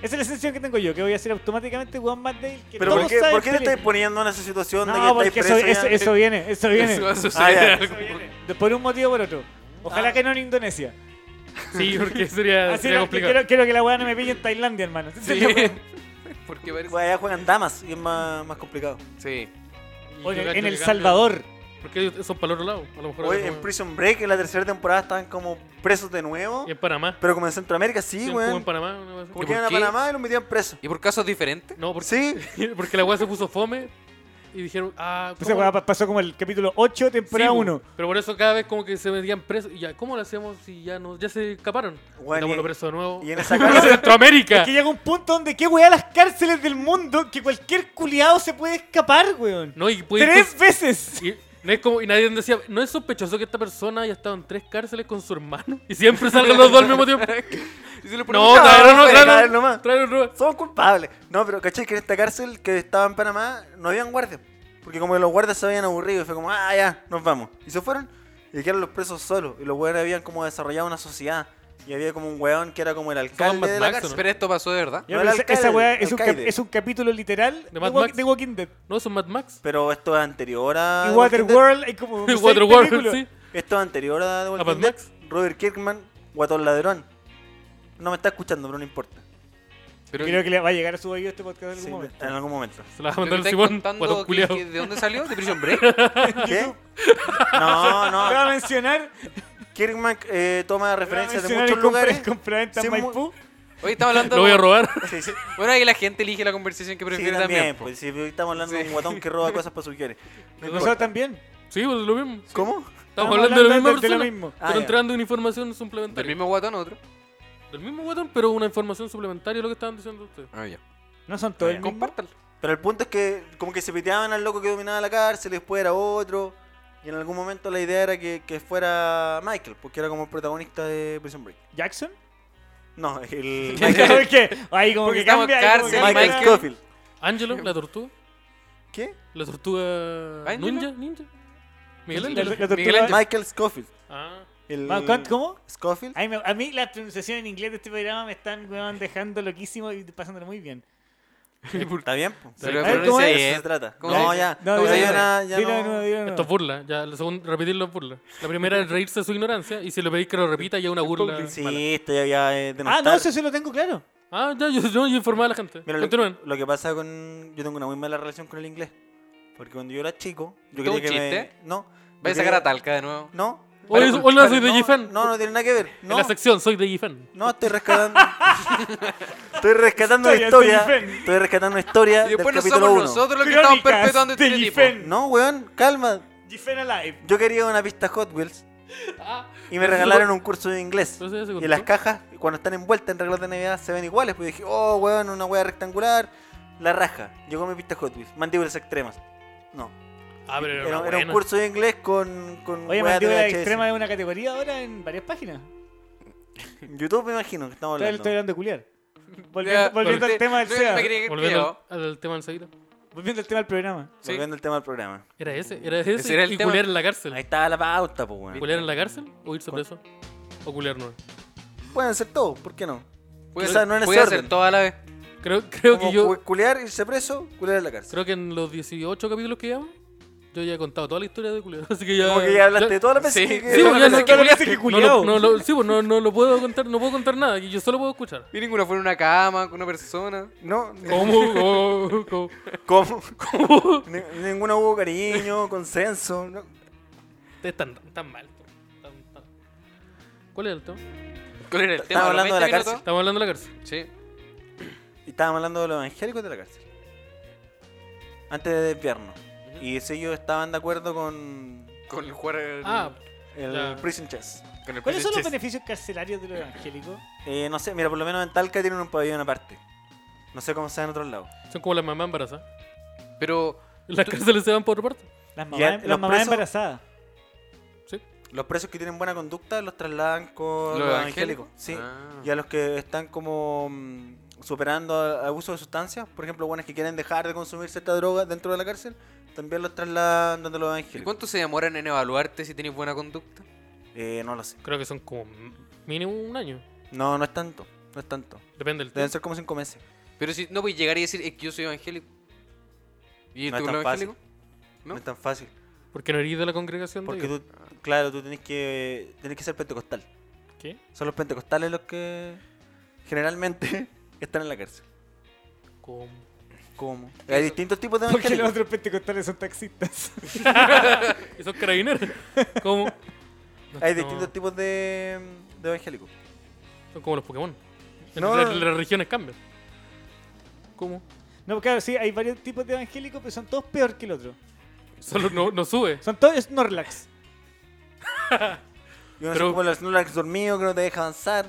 C: Esa es la sensación que tengo yo, que voy a ser automáticamente weón más débil que
B: Pero
C: todos
B: ¿por qué,
C: saben
B: ¿por qué te
C: pelear.
B: estás poniendo en esa situación de
C: No,
B: que
C: porque
B: estáis
C: eso,
B: preso ya?
C: eso, eso viene, eso viene.
E: Eso va a
D: Ah,
B: Ah, ya.
E: suceder.
B: Eso
C: Eso viene. De- Por un motivo o por otro. Ojalá
B: Ah.
C: que no en Indonesia.
D: Sí, porque sería,
C: Así
D: Ah, sería
C: no, que
D: complicado.
C: quiero, quiero que la weá no me pille en Tailandia, hermano.
E: Sí. Porque parece.
B: Allá juegan damas y es más, más complicado.
E: Sí.
D: Y
C: O en,
D: yo
C: el-
D: cacho
C: en
D: que
C: El
D: cambia.
C: Salvador.
D: Porque ellos son para el otro lado. A lo mejor
B: Hoy
D: es
B: en
D: como-
B: Prison Break, en la tercera temporada, estaban como presos de nuevo.
D: y en Panamá.
B: Pero como en Centroamérica, sí,
D: Sí, como en
B: weón.
D: Panamá. una cosa así.
B: Como que
E: ¿Y por
B: iban a
E: qué?
B: Panamá y los metían presos.
E: ¿Y por casos diferentes?
D: No, porque,
B: Sí,
D: porque la weá se puso fome y dijeron, ah,
C: Esa
D: ¿cómo?
C: weá pa- pasó como el capítulo 8, temporada
D: Sí, po.
C: 1.
D: Pero por eso cada vez como que se metían presos. Y ya, ¿cómo lo hacíamos si ya no, ya se escaparon?
B: Bueno,
D: Metámoslo
B: y-
D: preso de nuevo.
B: y en esa
D: ¡Vámonos a
B: cárcel-
D: Centroamérica!
C: Que llega un punto donde qué weá las cárceles del mundo que cualquier culiado se puede escapar, weón.
D: No, pues, y puede-
C: Tres veces.
D: y, no es como, y nadie decía, ¿no es sospechoso que esta persona haya estado en tres cárceles con su hermano? Y siempre salgan los dos al mismo tiempo.
E: Y se le
D: No,
E: pregunta-
D: traer uno,
B: puede
D: traer
B: caer
D: uno.
B: nomás.
D: Traer uno.
B: Somos culpables. No, pero caché que en esta cárcel que estaba en Panamá no habían guardias. Porque como que los guardias se habían aburrido y fue como, ah, ya, nos vamos. Y se fueron y quedaron los presos solos. Y los weones habían como desarrollado una sociedad. Y había como un weón que era como el alcalde
D: Mad
B: de la
D: Max,
B: cárcel.
E: Pero esto pasó de verdad.
C: Ya,
B: No,
C: pero
B: el
C: esa- esa
B: alcalde,
C: weá es, un cap-
B: alcaide.
C: es un capítulo literal de,
D: Mad
C: Wa-
D: Max.
C: de Walking Dead.
D: No, es un Mad Max.
B: Pero esto es anterior a...
C: Y
B: The Ah, Walking Dead.
C: Waterworld hay como seis
D: Waterworld,
C: películas.
D: sí.
B: Esto es anterior a The
D: Mad
B: Walking Dead.
D: Max.
B: Robert Kirkman, Guatón Ladrón. No me está escuchando, pero no importa.
E: Pero
C: Creo que le va a llegar a su oído este podcast en algún
B: Sí,
C: momento.
B: en algún momento.
D: Se la va a
E: lo que
D: mandar el
E: estáis
D: Simón.
E: contando
D: Guatón
E: que-
D: culiao.
E: que- ¿De dónde salió? ¿De Prison Break?
B: ¿Qué? No,
C: Te voy a
B: no.
C: mencionar
B: Kirkman eh, toma
C: te voy a
B: referencias de
C: mencionar
B: muchos
C: el compra-
B: lugares.
C: el compraventa en
B: Sí, mu-
C: Maipú.
E: Hoy estamos hablando.
D: Lo voy a robar.
B: Sí, sí.
E: Bueno, ahí la gente elige la conversación que
B: Sí,
E: prefiere
B: también,
E: también. po.
B: pues si estamos hablando de
E: Sí.
B: un guatón que roba cosas para sus quienes.
C: Nosotros también.
D: Sí, pues lo mismo.
B: ¿Cómo?
D: Estamos hablando de la misma
C: de lo
D: persona.
C: mismo.
B: Ah,
D: pero
B: ya.
D: entrando en información
E: Del
D: suplementaria.
E: mismo guatón otro.
D: Del mismo guatón, pero una información suplementaria lo que estaban diciendo ustedes.
E: Ah, ya.
C: No son todos el mismo.
E: Compártalo.
B: Pero el punto es que como que se piteaban al loco que dominaba la cárcel, y después era otro. Y en algún momento la idea era que, que fuera Michael, porque era como el protagonista de Prison Break.
C: ¿Jackson?
B: No, el Michael,
C: Porque ahí como
E: Porque
C: que
E: estamos
C: cambia.
E: en
C: ahí como
E: cárcel,
C: que
B: Michael
C: cambia.
E: Michael.
B: Scofield.
D: Ángelo, la tortuga.
B: ¿Qué?
D: La tortuga.
E: ¿Ángelo?
D: Ninja, ninja. ¿Ah, Miguel
C: La- la
D: Ángel.
C: tortuga-
E: Miguel Ángel.
B: Michael Scofield.
D: Ah.
B: El...
C: Ma- ¿cuánto- ¿Cómo?
B: Scofield.
C: A mí, me- a mí las pronunciaciones en inglés de este programa me están weón, dejando loquísimo y pasándolo muy bien.
B: Está bien, po.
D: Pero
B: Sí,
C: a ver,
B: po.
C: ¿cómo
B: Sí,
C: es?
B: de eso se trata.
E: ¿Cómo
B: No,
E: se-
B: ya.
C: No,
E: Como
B: ya,
E: se-
B: ya na- ya
C: Dilo
B: no-
C: de nuevo, dilo de nuevo.
D: Esto es burla, ya, la segunda, repetirlo es burla. La primera es reírse de su ignorancia y si lo pedís que lo repita ya es una burla. mala.
B: Sí, esto ya, ya es de
C: Ah, no, eso sí lo tengo claro.
D: Ah, ya, yo, yo, yo informaba a la gente.
B: Mira, lo,
D: Continúen.
B: lo que pasa con. Yo tengo una muy mala relación con el inglés. Porque cuando yo era chico. Yo
E: ¿Tuvo
B: quería
E: un
B: que me.
E: chiste?
B: No.
E: Voy
B: yo
E: a sacar a
B: quería-
E: Talca de nuevo.
B: No.
D: Hola,
E: Para-
D: hola, soy de
B: no,
D: Gifan.
B: no, no tiene nada que ver.
D: En
B: No,
D: la sección, soy de Gifan.
B: no estoy rescatando. estoy rescatando una
C: Historia,
B: historia.
C: Telefen.
B: Estoy rescatando una historia.
E: Y después
B: del
E: no
B: capítulo
E: somos
B: 1.
E: nosotros los que
C: Crónicas
E: estamos perpetuando este
C: de
E: tipo.
C: Giffen.
B: No, weón, calma.
C: Giffen Alive.
B: Yo quería una pista Hot Wheels.
E: Ah.
B: Y me regalaron un curso de inglés.
D: Entonces ya se
B: Y
D: cortó.
B: las cajas, cuando están envueltas en reglas de Navidad, se ven iguales. Pues dije, oh, weón, una wea rectangular. La raja. Llegó mi pista Hot Wheels. Mandíbulas extremas. No.
D: Ah, pero
B: Era, era un
D: buena.
B: curso de inglés con, con
C: Oye,
B: weas de
C: mandíbula
B: VHS.
C: extrema es una categoría ahora en varias páginas.
B: YouTube me imagino que estamos
C: Estoy,
B: hablando.
C: estoy hablando de culiar.
E: Ya,
C: Volviendo, volviendo al
E: usted-
C: tema del
E: no,
C: SEA.
E: me creí que
D: Volviendo
E: creo.
D: al, al tema enseguida.
C: Volviendo al tema del programa.
E: sí.
B: Volviendo al tema del programa.
D: Era ese, era ese.
E: Ese era el
D: y
E: tema.
D: culear en la cárcel.
B: Ahí estaba la pauta, pues weón.
D: ¿Culear en la cárcel o irse preso? O culear no.
B: Pueden ser todos, ¿por qué no?
E: Puede-
B: Quizás no en
E: puede
B: ese
E: hacer
B: orden.
E: todo a la vez.
D: Creo, creo
B: Como
D: que yo.
B: cu- culear, irse preso, culear en la cárcel.
D: Creo que en los 18 capítulos que llevamos, yo ya he contado toda la historia de culear. Así que ya.
B: Como que ya hablaste de
D: ya-
B: todas las veces
E: sí.
B: que...
D: Sí, porque ya sé que
C: Todas las veces
D: culeaste.
C: que
D: No, lo-
C: culeado.
D: no, lo- sí, pues, no, no lo puedo contar, no puedo contar nada, que yo solo puedo escuchar.
E: Y ninguno fue en una cama con una persona.
B: No,
D: ¿Cómo? ¿Cómo? ¿Cómo?
B: ¿Cómo? Ni- ninguno hubo cariño, consenso. no.
D: Ustedes están tan mal. po. Tan- tan- ¿Cuál es el tema?
E: ¿Cuál era el
B: Estaba
E: tema? ¿Los
B: hablando de la
E: 20 minutos?
D: Estamos hablando de la cárcel.
E: Sí.
B: Y estábamos hablando de los evangélicos de la cárcel. Antes de desviarnos. Y si ellos estaban de acuerdo con
E: Con el jugar. el-
D: Ah,
B: el
D: Ya.
B: prison chess.
E: con el
C: ¿Cuáles son los
E: PlayStation.
C: beneficios carcelarios de los evangélicos?
B: Eh, no sé, mira, por lo menos en Talca tienen un pabellón aparte. No sé cómo sea en otros lados.
D: son como las mamás embarazadas.
E: Pero
D: En Las cárceles se van por otra parte.
C: Las
B: Y
C: mamás,
B: an-
C: las
B: los
C: mamás
B: presos-
C: embarazadas.
D: Sí.
B: Los presos que tienen buena conducta los trasladan con
E: ¿Los
B: los
E: evangélicos?
B: evangélicos. Sí.
E: Ah.
B: Y a los que están como mm, superando a- abuso de sustancias, por ejemplo, buenas que quieren dejar de consumir cierta droga dentro de la cárcel, también los trasladan donde los
E: ¿Y
B: evangélicos.
E: cuánto se demoran en evaluarte si tenés buena conducta?
B: Eh, no lo sé.
D: Creo que son como m- mínimo un año.
B: No, no es tanto. No es tanto.
D: Depende
B: Deben
D: del tiempo.
B: ser como cinco meses.
E: Pero si no, pues llegar y decir, es que yo soy evangélico. ¿Y
B: No
E: tú
B: es
E: con
B: tan
E: los
B: fácil.
E: evangélicos?
B: ¿No?
E: ¿No?
B: es tan fácil.
D: Porque no eres de la congregación de
B: Porque
D: Dios.
B: tú, claro, tú tenés que, tenés que ser pentecostal.
D: ¿Qué?
B: Son los pentecostales los que generalmente están en la cárcel.
D: ¿Cómo?
B: ¿Cómo? Hay distintos tipos de
C: Porque los
B: evangélicos.
C: otros pentecostales son taxistas.
D: ¿Esos carabineros? ¿Cómo? No,
B: Hay
D: no,
B: distintos tipos de, de evangélicos.
D: Son como los Pokémon. En
B: No,
D: la-
B: no.
D: las regiones cambian. ¿Cómo?
C: No, claro, sí, hay varios tipos de evangélicos, pero son todos peor que el otro.
D: Solo no, no sube.
C: Son todos Snorlax.
B: Y uno
D: Pero-
B: son como los Snorlax dormidos que no te deja avanzar.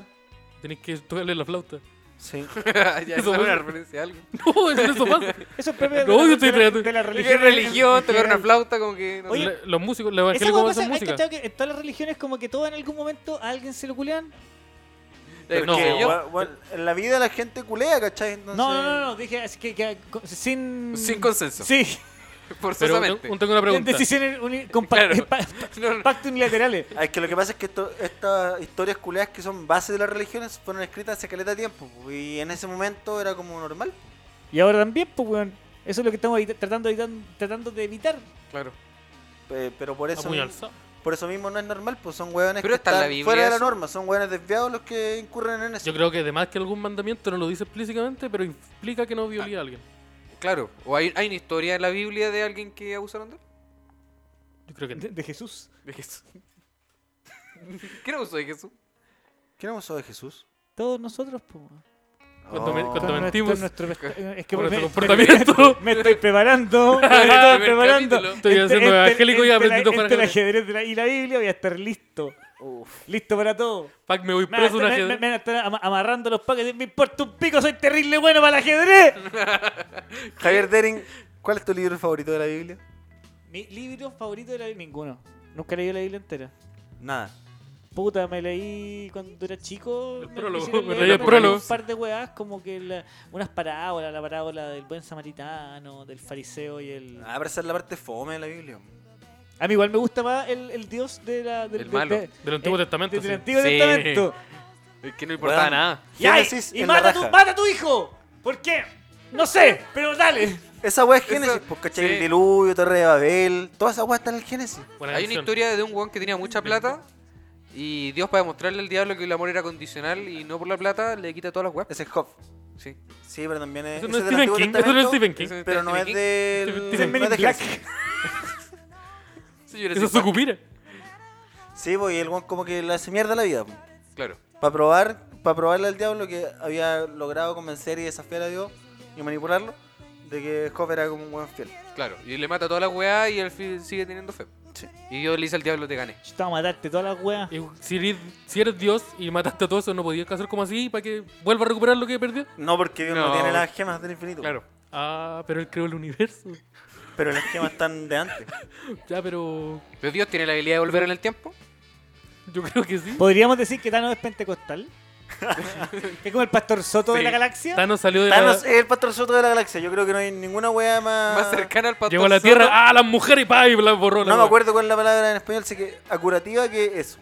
B: Tenés
D: Tenés que tocarle la flauta.
B: Sí.
E: ya, esa es
D: Eso-
E: una referencia a algo.
D: No, eso, eso pasa.
C: Eso es propio de,
D: No,
C: la-
D: yo
C: de
D: estoy
C: la-
D: tratando-
C: de la
E: Religión,
C: religión.
E: religión, tocar una
C: general.
E: flauta, como que. No
C: Oye,
E: sé.
D: La- los músicos, los
C: Esa hueá
D: evangélicos
C: pasa,
D: hacen
C: ¿hay
D: música.
C: cachado que en todas las religiones como que todos en algún momento a alguien se lo culean?
E: Eh,
D: no,
E: porque yo-
B: Bueno, bueno, en la vida la gente culea, ¿cachai? Entonces,
C: No, no, no, no, dije así que, que, co- sin...
E: Sin consenso.
C: Sí,
D: Pero
E: Forzosamente.
D: tengo- tengo una
C: en
D: pregunta.
C: decisiones uni- con pa-
E: Claro.
C: pa-
E: No, no.
C: pacto unilaterales.
B: Ah, Es que lo que pasa es que esto- estas historias culeas que son base de las religiones fueron escritas hace caleta de tiempo. po, Y en ese momento era como normal.
C: Y ahora también, pues, weón. Eso es lo que estamos evita- tratando, de evitar- tratando de evitar.
E: Claro.
B: pe- Pero por eso,
D: Apuñalzado.
B: por eso mismo no es normal, pues son hueones
E: Pero
B: que
E: está en
B: están
E: la Biblia
B: fuera de la
E: eso.
B: norma, son hueones desviados los que incurren en eso.
D: Yo creo que además que algún mandamiento no lo dice explícitamente, pero implica que no violé a alguien.
E: Claro. ¿O hay, hay una historia en la Biblia de alguien que abusaron de él?
D: Yo creo que
C: De, de Jesús.
E: De Jesús. ¿Qué no abusó de Jesús?
B: ¿Quién abusó de Jesús?
C: Todos nosotros, pues, weón.
D: Cuando me-
B: Oh.
D: cuando
C: Con
D: me-
B: Pero
D: mentimos.
C: nuestro- nuestro- es que
D: Con
C: me,
D: nuestro
C: me-
D: comportamiento.
C: me estoy preparando. me estoy preparando.
E: capítulo.
D: Estoy haciendo evangélico y
C: entre la-
D: aprendiendo
C: entre
D: para
C: la-
D: ajedrez.
C: el ajedrez de la- y la Biblia voy a estar listo. Listo para todo.
D: Pac, me voy
C: Me van, a
D: preso
C: estar, me-
D: un
C: me-
D: ajedrez.
C: me van a estar ama- amarrando los paquetes. Me importa un pico, soy terrible bueno para el ajedrez.
B: Javier Dering, ¿cuál es tu libro favorito de la Biblia?
C: Mi libro favorito de la Biblia, ninguno. Nunca leí la Biblia entera.
B: Nada.
C: Puta, me leí cuando era chico.
D: El
C: me
D: prólogo,
C: quisieron
D: me
C: leer
D: leí el
C: como
D: prólogo.
C: Un par de weas, como que la- unas parábolas, la parábola del buen samaritano, del fariseo y el.
B: Ah, pero esa es la parte fome de la Biblia.
C: A mí igual me gusta más el, el dios de la, del,
E: El
C: de-
E: malo.
C: de-
D: Del Antiguo
C: eh,
D: Testamento,
C: Del
D: sí.
C: Antiguo
E: Sí.
C: Testamento.
E: Es que no importaba
B: Weón.
E: nada.
C: Y, ahí,
B: Génesis
C: y
B: en
C: mata,
B: la
C: a tu,
B: raja.
C: mata a tu hijo. ¿Por qué? No sé, pero dale.
B: Esa weá es Génesis,
E: Eso-
B: pues, ¿cachai?
E: sí.
B: El diluvio, Torre de Babel, toda esa weá está en el Génesis.
D: Buena
E: Hay una
D: canción.
E: historia de un weón que tenía mucha plata y Dios para demostrarle al diablo que el amor era condicional y no por la plata le quita todas las weas.
B: Ese es Job.
E: Sí.
B: Sí, pero también es.
D: Eso
B: ese
D: no es
B: del
D: Stephen
B: Antiguo
D: King. Eso no es
B: Testamento,
D: Stephen King.
E: Ese-
B: Pero no es
E: Stephen King.
B: del.
D: Stephen
B: no es de
C: Black.
B: Génesis.
E: Señora,
D: Esa es
E: sí,
D: Sucupira.
B: Sí, pues, y el weón como que le hace mierda la vida. pues.
E: "Ah, Claro.
B: Para probar, para probarle al diablo que había logrado convencer y desafiar a Dios y manipularlo de que Job era como un buen fiel.
E: Claro, y le mata todas las weas y al fin sigue teniendo fe. Y Dios le dice al diablo, te gané.
C: Yo te voy a matarte todas las weas.
D: Y Si eres, si eres Dios y mataste a todos, ¿no podías casar como así para que vuelva a recuperar lo que perdió?
B: No, porque Dios no,
E: No.
B: tiene las gemas del infinito.
E: Claro.
D: Ah, pero él creó el universo.
B: Pero las gemas están de antes.
D: Ya, pero
E: Pero Dios tiene la habilidad de volver en el tiempo.
D: yo creo que sí.
C: Podríamos decir que Thanos es pentecostal. que es como el pastor Soto de
D: Sí.
C: la galaxia.
D: Thanos salió de
B: Thanos
D: la...
B: es el patrón Soto de la galaxia. Yo creo que no hay ninguna wea más.
E: Más cercana al pastor
D: Llegó a la
E: Soto.
D: Tierra. ¡Ah, las mujeres! ¡Pah! Y las borró. la
B: No me
D: wea.
B: acuerdo cuál es la palabra en español, sé que acurativa que eso.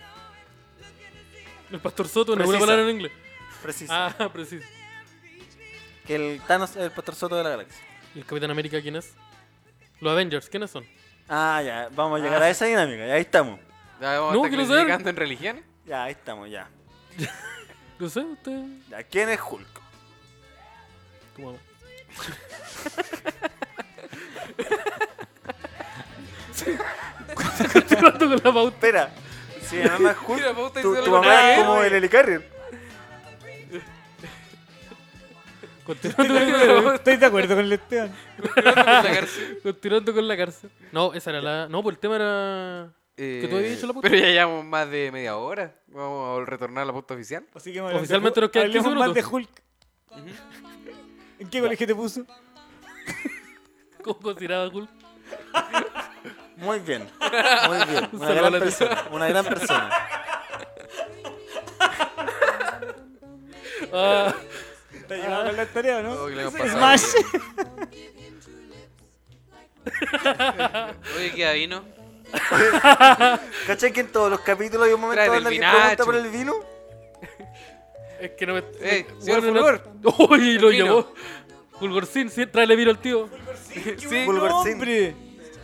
D: El pastor Soto, no es una
B: Precisa.
D: palabra en inglés.
B: Preciso.
D: Ah, preciso.
B: Que el Thanos es el pastor Soto de la galaxia.
D: ¿Y el Capitán América quién es? Los Avengers, ¿quiénes son?
B: Ah, ya, vamos a llegar a esa dinámica. Ya, ahí estamos.
E: Ya vamos
D: No,
E: a estar
D: quiero saber.
E: clasificando en religión.
B: Ya, ahí estamos, ya.
D: No sé, usted.
B: ya. ¿Quién es Hulk?
D: Tu mamá. Continuando con la pauta.
B: Espera. Si mi mamá es
E: Mira, vos
B: Hulk,
E: te
B: tu,
E: hizo
B: tu
E: la
B: mamá es
E: cara,
B: como
E: güey.
B: el Helicarrier.
D: Continuando con la-
C: Estoy de acuerdo con el Esteban.
D: Continuando con la cárcel. No, esa era la. No, pues el tema era. Que tú habías dicho la puta.
E: Eh, Pero ya llevamos más de media hora. Vamos a retornar a la puta oficial.
C: Así que hablemos de
D: Oficialmente nos
C: Hulk.
D: quedan 15
C: Hablemos más de
D: minutos.
C: Hulk. ¿En qué colegio te puso?
D: ¿Cómo consideraba Hulk?
B: Muy bien. Muy bien. Una
D: Salvó
B: gran
D: la
B: persona. Una gran persona.
D: Ah,
C: Te llevaba con la tarea, ¿no?
E: Oh, que le hemos pasado
C: Smash.
E: Oye, queda vino.
B: ¿Cachai que en todos los capítulos hay un momento
E: Tráete
B: donde
E: el
B: alguien pregunta
E: vinacho.
B: por el vino?
D: es que no me.
E: Ey, señor
D: no- ¡Uy! Lo
E: El vino.
D: llevó. Fulgorcín, sí, tráele vino al tío.
C: ¡Qué buen
B: Bulgarcín.
C: hombre!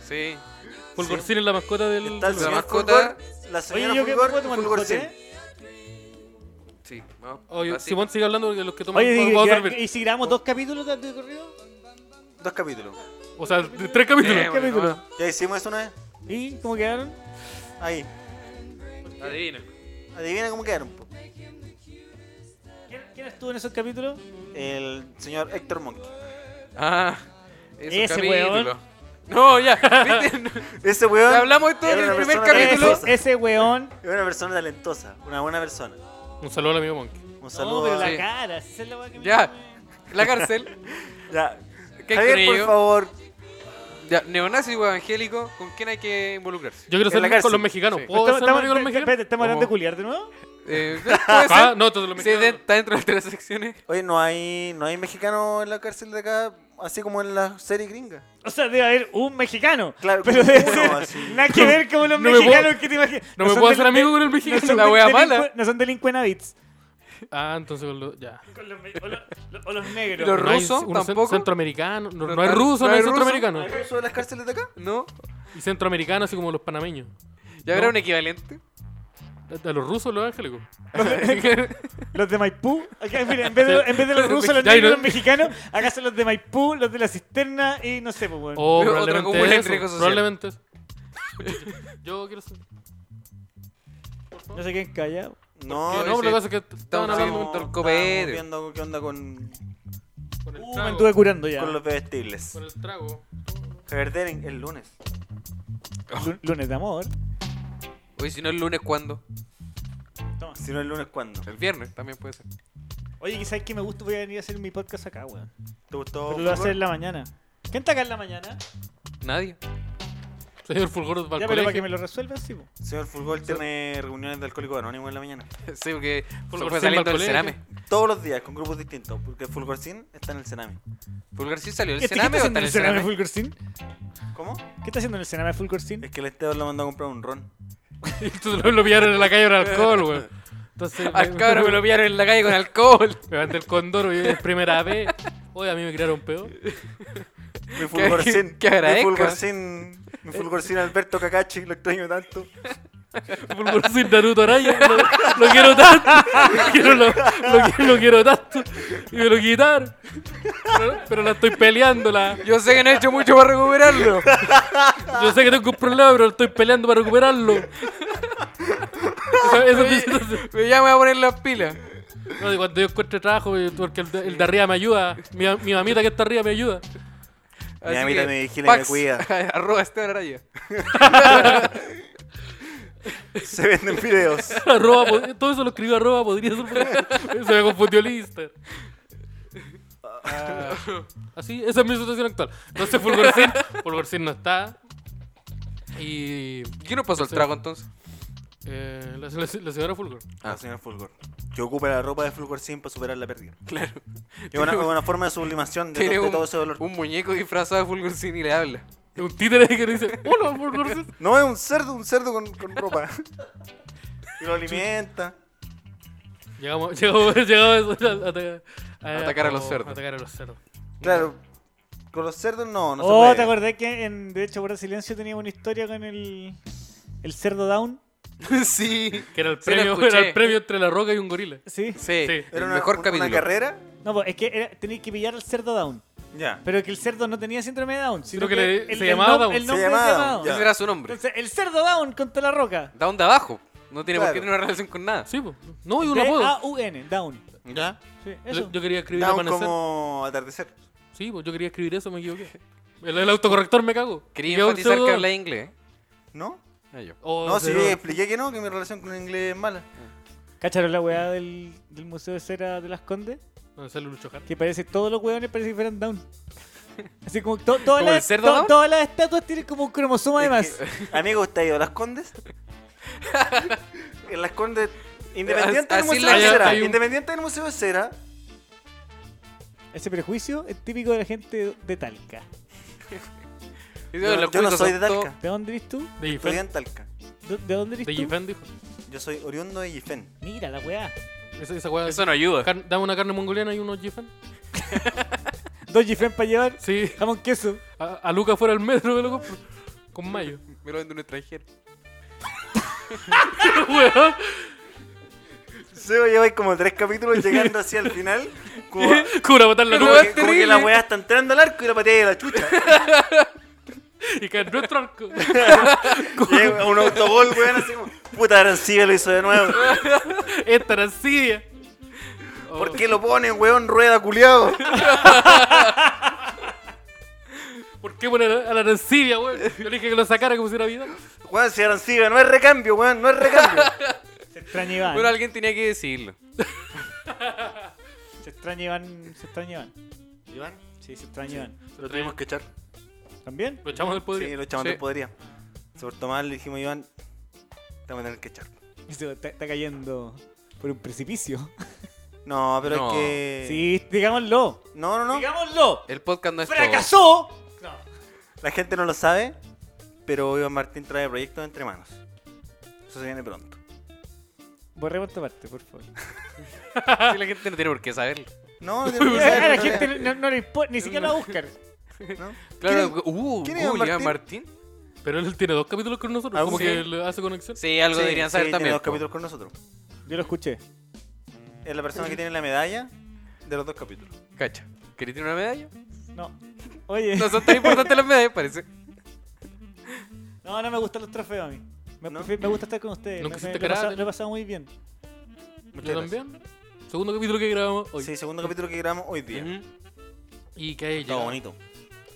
E: Sí.
D: Fulgorcín es la mascota del.
B: Está el
E: La
B: señor
E: mascota.
B: Fulgor, la
C: Oye,
B: señora
C: yo que puedo
B: Fulgor,
C: tomar un
B: Fulgor
C: jote?
B: Sim.
E: Sí. Vamos.
D: Oye,
E: Así.
D: Oh, Simón sigue hablando de los que toman.
C: Oye,
D: vamos
C: y-
D: a
C: y-
D: servir.
C: ¿y si grabamos dos capítulos de, de corrido?
B: Dos capítulos.
D: O sea, de tres capítulos.
E: Eh, bueno,
C: capítulo.
E: no,
B: Ya hicimos eso una vez.
C: ¿Y cómo quedaron?
B: Ahí.
E: Adivina.
B: Adivina cómo quedaron. po.
C: ¿Quién, quién estuvo en esos capítulos?
B: El señor Héctor Monkey.
E: Ah. esos
C: Ese
E: capítulos.
C: weón.
E: No, ya. ¿Viste? No.
B: Ese
E: Ya
B: weón.
E: hablamos esto en
B: Era
E: el
B: una
E: primer
B: persona
E: capítulo.
B: talentosa.
C: Ese, ese weón.
B: Es una persona talentosa, una buena persona.
D: Un saludo al amigo Monkey.
B: Un
C: No,
B: saludo.
C: Oh, pero
B: a-
C: la
E: Sí.
C: cara. esa es la weá que me-
E: Ya. La cárcel.
B: Ya.
E: ¿Qué hay con
B: Javier, por
E: ello?
B: favor.
E: Ya, neonazi o evangélico, ¿con quién hay que involucrarse?
D: Yo quiero
B: En
D: ser
B: la
D: amigo con
B: cárcel.
D: los mexicanos.
E: Sí.
D: ¿Puedo
C: Estamos-
D: ser
C: estamos-
D: amigo con los mexicanos?
C: Espérate, estamos hablando de
E: ¿Cómo?
C: culiar de nuevo.
E: Eh,
D: Ah,
E: puede
D: no, todos los
E: ser. Sí, de-
D: mexicanos.
E: está dentro de las tres secciones.
B: Oye, no hay, no hay mexicano en la cárcel de acá, así como en la serie gringa.
C: O sea, debe haber un mexicano.
B: Claro,
C: pero
B: como
C: debe
B: uno,
C: ser
B: así.
C: nada que ver como los
D: No me puedo-
C: mexicanos que te imaginas.
D: No me
C: son
D: puedo hacer
C: delincu-
D: amigo con el
C: No
D: mexicano.
C: son,
E: La wea
C: delincu-
E: mala.
C: no son delincuenavits.
D: Ah, entonces con los- ya.
C: Con los me- O los, o los negros.
E: Los
D: No hay
E: rusos,
D: uno cen-
E: tampoco.
D: Centroamericano. No,
E: No
D: no hay
E: tan-
D: ruso, no
E: no hay
D: hay
E: ruso.
D: centroamericano.
B: ¿Hay ruso de las cárceles de acá?
E: ¿No?
D: Y centroamericano, así como los panameños.
E: ¿Ya habrá
D: No.
E: un equivalente?
D: A a los rusos, los evangélicos.
C: Los de Maipú. Acá, mira, en, vez de, en vez de los rusos, los
D: Ya, y
C: negros,
D: no-
C: los mexicanos, acá son los de Maipú, los de la cisterna y no sé, pues, weón.
D: O
E: Otro común en
D: Oh, probablemente
E: riesgo
D: eso.
E: social.
D: Probablemente eso. Yo quiero ser.
C: No sé quién calla.
B: No,
D: No, pero lo que pasa es que estaban
E: estamos
D: hablando
E: haciendo-
B: estamos
E: Torcopete.
B: viendo qué onda con,
D: con el
C: Uh, me
D: trago.
C: anduve curando ya.
B: con los bebestibles.
D: Con el trago.
B: Javier Dering, el lunes.
C: Lu- Lunes de amor.
E: Oye, si no el lunes, ¿cuándo?
C: Toma.
B: Si no el lunes, ¿cuándo?
E: El viernes también puede ser.
C: Oye, quizás que me gusta, voy a venir a hacer mi podcast acá, weón.
B: ¿Te gustó?
C: Pero lo voy a hacer
B: fútbol?
C: en la mañana. ¿Quién está acá en la mañana?
E: Nadie.
D: Señor Fulgor para
C: ya, pero para
D: el
C: que
D: colegio.
C: me lo resuelvan, sí, po.
B: Señor Fulgol tiene reuniones de alcohólicos anónimos en la mañana.
E: Sí, porque
D: Fulgor
E: fue
D: Silva al
E: saliendo del
D: colegio.
E: Sename.
B: Todos los días, con grupos distintos, porque Fulgorcín está en el Senami.
E: ¿Fulgar sí salió
C: ¿Qué, qué
E: del
C: Este está haciendo
E: Sename o está en
C: el
E: el
C: Sename
E: Sename?
C: Fulgorcín?
B: ¿Cómo?
C: ¿Qué está haciendo en el Sename Fulgorcín?
B: Es que el Esteban lo mandó a comprar un ron.
D: Entonces lo, lo pillaron en la calle con alcohol, weón. Entonces,
E: Al Ah, cabrón me lo pillaron en la calle con alcohol.
D: Me levanté el condoro y es primera vez. Oye, a mí me crearon peor.
B: Mi Fulgorcín.
E: que- que
B: mi
E: agradezca.
B: Fulgorcín. Mi Fulgorcín Alberto Cacachi, lo extraño tanto.
D: Fulgor sin Naruto Araya. Lo, lo quiero tanto. Lo quiero, lo, lo quiero- lo quiero tanto. Y me lo quitaron. Pero, pero la estoy peleando. La,
E: Yo sé que no he hecho mucho para recuperarlo.
D: yo sé que tengo un problema, pero lo estoy peleando para recuperarlo. Eso, eso pienso-
E: Pero ya me voy a poner las pilas.
D: No, de cuando yo encuentre trabajo, eh, porque el de, el de arriba me ayuda. Mi, mi mamita que está arriba me ayuda.
B: Mi
E: Así
B: mamita
E: que,
B: me vigila y me
E: Pax,
B: cuida.
E: Arroba Esteban Araya.
B: Se venden videos.
D: Arroba, pod- todo eso lo escribió arroba, podría ser. Se me confundió el Insta. Ah. Así, esa es mi situación actual. Entonces, Fulgorcín, Fulgorcín no está. Y.
E: ¿Qué nos pasó el trago entonces?
D: eh, la, la- la señora Fulgor.
B: Ah, señor Fulgor. Que ocupa la ropa de Fulgorcín para superar la pérdida. Claro. Es una, es una forma de sublimación de,
E: Tiene
B: de
E: un,
B: todo ese dolor.
E: un muñeco disfrazado de Fulgorcín y le habla.
D: Un títere que le dice: Hola, Fulgorcín.
B: No, es un cerdo, un cerdo con, con ropa. y lo alimenta.
D: Llegamos, llegamos, llegamos a, a- a-
E: Atacar a los cerdos.
D: Atacar a los cerdos.
B: Claro. Con los cerdos no, no se
C: oh,
B: puede.
C: ¿te acordás que en De hecho por Silencio teníamos una historia con el, el cerdo Down?
E: sí.
D: Que era el,
E: Sí, lo
D: premio,
E: escuché.
D: era el premio entre la roca y un gorila.
C: ¿Sí?
E: Sí,
D: Sí.
E: el
B: Era una,
E: mejor
B: una
E: capítulo.
B: carrera.
C: No, pues es que era, tenías que pillar al cerdo Down.
B: Ya.
C: Pero que el cerdo no tenía síndrome de Down. Sino
D: Sino que le-
C: el-
D: se
C: el
D: llamaba
C: nom-
D: Down.
C: El
D: Se
C: nombre
B: llamaba
C: se
B: Down,
C: llamaba Down.
B: ya.
E: Ese era su nombre.
C: Entonces, el cerdo Down contra la roca.
E: Down de abajo. No tiene por qué
B: Claro.
E: tener una relación con nada.
D: Sí, po. No, y un apodo.
C: D-A-U-N, Down.
B: Ya.
C: Sí,
D: Yo,
C: eso.
D: yo quería escribir
B: Down
D: amanecer.
B: como atardecer.
D: Sí, pues yo quería escribir eso, me equivoqué. El, el autocorrector me cago.
E: Quería
D: Y hago un
E: enfatizar que
D: pseudo-
E: habla inglés. ¿eh?
B: ¿No?
E: Ah, yo.
D: Oh,
B: no, si
D: pero-
B: yo expliqué que no, que mi relación con el inglés es mala.
C: ¿Cacharon la weá del, del Museo de Cera de las Condes?
D: No, sale Lucho Jara.
C: Que parece, todos los weones parece que fueran Down. Así como, to- todas,
E: ¿Como el
C: las,
E: cerdo
C: to-
E: Down?
C: todas las estatuas tienen como un cromosoma de más.
B: Es que, amigo, ¿usted ha ido a las Condes? en las Condes, independiente del
E: Así
B: Museo
E: la-
B: de
D: hay-
B: Cera,
D: hay un-
B: independiente del Museo de Cera,
C: Ese prejuicio es típico de la gente de Talca.
E: Y
B: yo,
E: los
B: yo no
E: cuicos
B: soy de
E: son
B: Talca,
C: ¿De dónde eres tú?
D: De
B: estoy
D: Gifán.
B: en Talca.
C: ¿De, de dónde eres
D: De
C: tú?
D: Gifán dijo.
B: Yo soy oriundo de Yifen.
C: Mira la weá.
D: Esa, esa
E: todos-
D: weá.
E: Eso no ayuda.
D: Car- dame una carne mongoliana y unos Gifán.
C: Dos Gifén para llevar.
D: Sí,
C: Jamón queso.
D: a, a Luca fuera del metro me lo compro. Con mayo.
E: Me lo vende un extranjero.
D: Weón.
B: Se lleváis como tres capítulos llegando hacia el final, como,
D: Cura botar la
E: Pero
B: como
D: nuca
E: weón.
B: que, como que la weá está entrando al arco y la patea de la chucha.
D: y cae en nuestro arco.
B: Y es un autogol, weón, así como, puta, Arancibia lo hizo de nuevo.
D: Esta era asidia.
B: ¿Por qué lo ponen, weón, rueda culiado?
D: ¿Por qué poner a la arancibia, weón? Yo le dije que lo sacara como si era vida.
B: Weón, si Arancibia no es recambio, weón, no es recambio.
C: Se extraña Iván.
E: Bueno, alguien tenía que decirlo.
C: Se extraña Iván. Se extraña Iván.
B: Iván,
C: Sí, se extraña Iván.
B: lo tuvimos que echar.
C: ¿También?
D: Lo echamos del poder.
B: Sí, lo echamos
E: Sí.
B: del podría. Sobre Tomás le dijimos, Iván, te vamos a tener que echar.
C: Eso, Está, está cayendo por un precipicio.
B: No, pero
E: No.
B: es que...
C: Sí, digámoslo.
B: No, no, no.
C: Digámoslo.
E: El podcast no es todo.
C: ¡Fracasó!
B: La gente no lo sabe, pero Iván Martín trae proyectos entre manos. Eso se viene pronto.
C: Borremos esta parte, por favor.
E: Sí, la gente no tiene por qué saberlo.
B: No, no tiene que
C: A la
B: saber,
C: gente no, no le importa, ni siquiera la va a buscar.
B: ¿no?
E: Claro,
B: ¿Quién-
E: uh,
B: quién es
E: uh,
B: Iván
E: Iván Martín?
D: Pero él tiene dos capítulos con nosotros.
B: Ah,
D: Como
B: sí.
D: que le hace conexión.
E: Sí, algo
B: Sí,
E: deberían
B: sí,
E: saber
B: tiene
E: también.
B: dos
E: po.
B: capítulos con nosotros.
C: Yo lo escuché.
B: Es la persona que tiene la medalla de los dos capítulos.
E: Cacha. ¿Queréis tener una medalla?
C: No. Oye,
E: No son tan importantes las medallas, parece.
C: no, no me gustan los trofeos a mí. Me,
B: ¿No?
C: prefi- me gusta estar con ustedes.
D: Nunca
C: Me-
D: hiciste
C: me- lo, he pasado,
D: karate.
C: lo he pasado muy bien.
B: Muchas
D: Yo
B: gracias.
D: también. Segundo capítulo que grabamos hoy. Mm,
B: Sí, segundo capítulo que grabamos hoy día.
E: Ujú.
D: Y que hay
B: Todo bonito.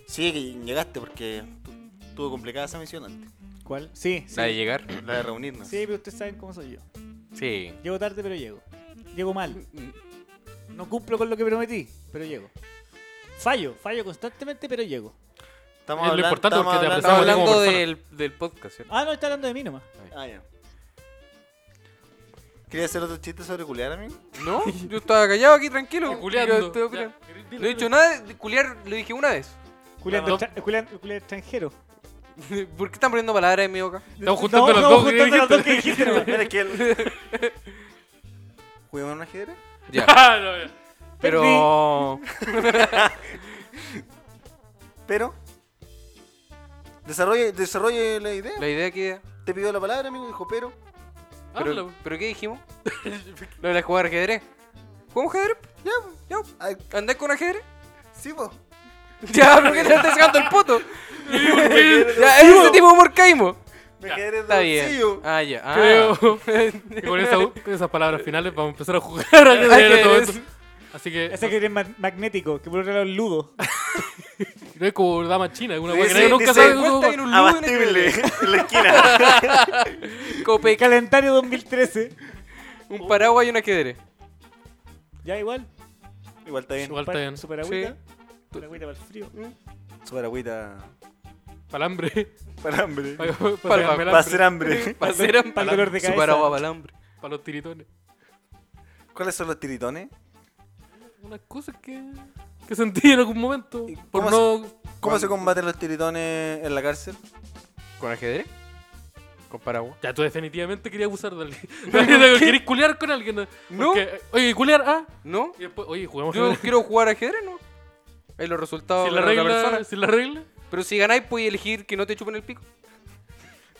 B: Sí, que llegaste porque tu- tuvo complicada esa misión antes.
C: ¿Cuál? Sí,
E: La de
C: sí.
E: llegar.
B: La de reunirnos.
C: Sí, pero ustedes saben cómo soy yo.
A: Sí.
C: Llego tarde, pero llego. Llego mal. No cumplo con lo que prometí, pero llego. Fallo, fallo constantemente, pero llego.
B: Estamos
D: Es lo
B: hablan-
D: importante
B: estamos
D: porque te Estamos
E: Estamos
D: hablando
E: hablando
D: como
E: del, del podcast, ¿cierto?
C: Ah, no, está hablando de mí nomás.
B: Ah, ya. ¿Quería hacer otro chiste sobre culiar, amigo?
E: No, yo estaba callado aquí, tranquilo.
D: Y
E: Yo
D: Culeando.
E: estoy
D: Ya,
E: culeando.
D: dilo,
E: No
D: dilo.
E: he dicho nada, de culiar lo dije una vez.
C: Julián,
D: No.
C: extra- Julián- Julián extranjero.
E: ¿Por qué están poniendo palabras en mi boca?
D: Estamos juntando las
C: no,
D: dos.
C: juntando las dos
D: que
C: que dijiste.
D: dijiste.
B: Mira que él. ¿Juguemos un ajedrez?
E: Ya.
D: Ah, no, ya.
E: Pero.
B: Pero. Desarrolle, desarrolle la idea.
E: ¿La idea qué idea?
B: Te pidió la palabra, amigo, dijo, pero.
D: Habla,
E: ¿Pero,
D: po.
E: ¿pero qué dijimos? ¿Lo de la jugada de ajedrez? ¿Jugamos ajedrez?
B: Ya,
E: ¿Ya?
B: ah,
E: ¿Andás con ajedrez?
B: sí, po.
E: Ya, pero que te estás sacando el poto.
D: ¿Por qué?
E: Ya, es ese tipo de humor caímos.
B: Me quedé de
E: Está bien.
B: bolsillo.
E: Ah, ya. Ah.
D: Creo que con, esa- con esas palabras finales vamos a empezar a jugar a ajedrez en
E: Ajedrez.
D: otro momento. Así que
C: Ese que es ma- magnético, que por otro lado es ludo.
D: no es como dama china, es una
B: Sí,
D: hueá que
B: sí,
D: nadie nunca
B: dice,
D: sabe
E: cuenta
D: cómo-
E: en un ludo en
B: Abastable Ah, en la esquina.
E: Copec,
C: Calendario 2013.
E: un paraguas y un ajedrez.
C: Ya igual.
B: Igual está bien.
D: Igual está bien.
C: Super agüita. Super agüita para el frío.
B: Super agüita.
D: Para el hambre.
B: Para hambre.
D: Para, pegarme
E: Para-
D: el
B: Para
D: hambre.
B: hacer hambre.
E: Para hacer un
C: Para el dolor de
E: su
C: cabeza.
E: paraguas para el hambre.
D: Para los tiritones.
B: ¿Cuáles son los tiritones?
D: Unas cosas que, que sentí en algún momento.
B: ¿Y
D: Por
B: cómo
D: no.
B: ¿Cómo se combaten los tiritones en la cárcel?
E: ¿Con ajedrez? ¿Con paraguas?
D: Ya, tú definitivamente querías abusar de alguien. ¿Querés culiar con alguien?
E: No.
D: Porque, oye, culiar, ah.
E: ¿No?
D: Y después, oye, jugamos
E: Yo
D: ajedrez.
E: quiero jugar ajedrez, ¿no? Ahí los resultados
D: Sin la
E: ganan otra
D: regla.
E: persona.
D: Sin la regla.
E: Pero si ganáis, podéis elegir que no te chupen el pico.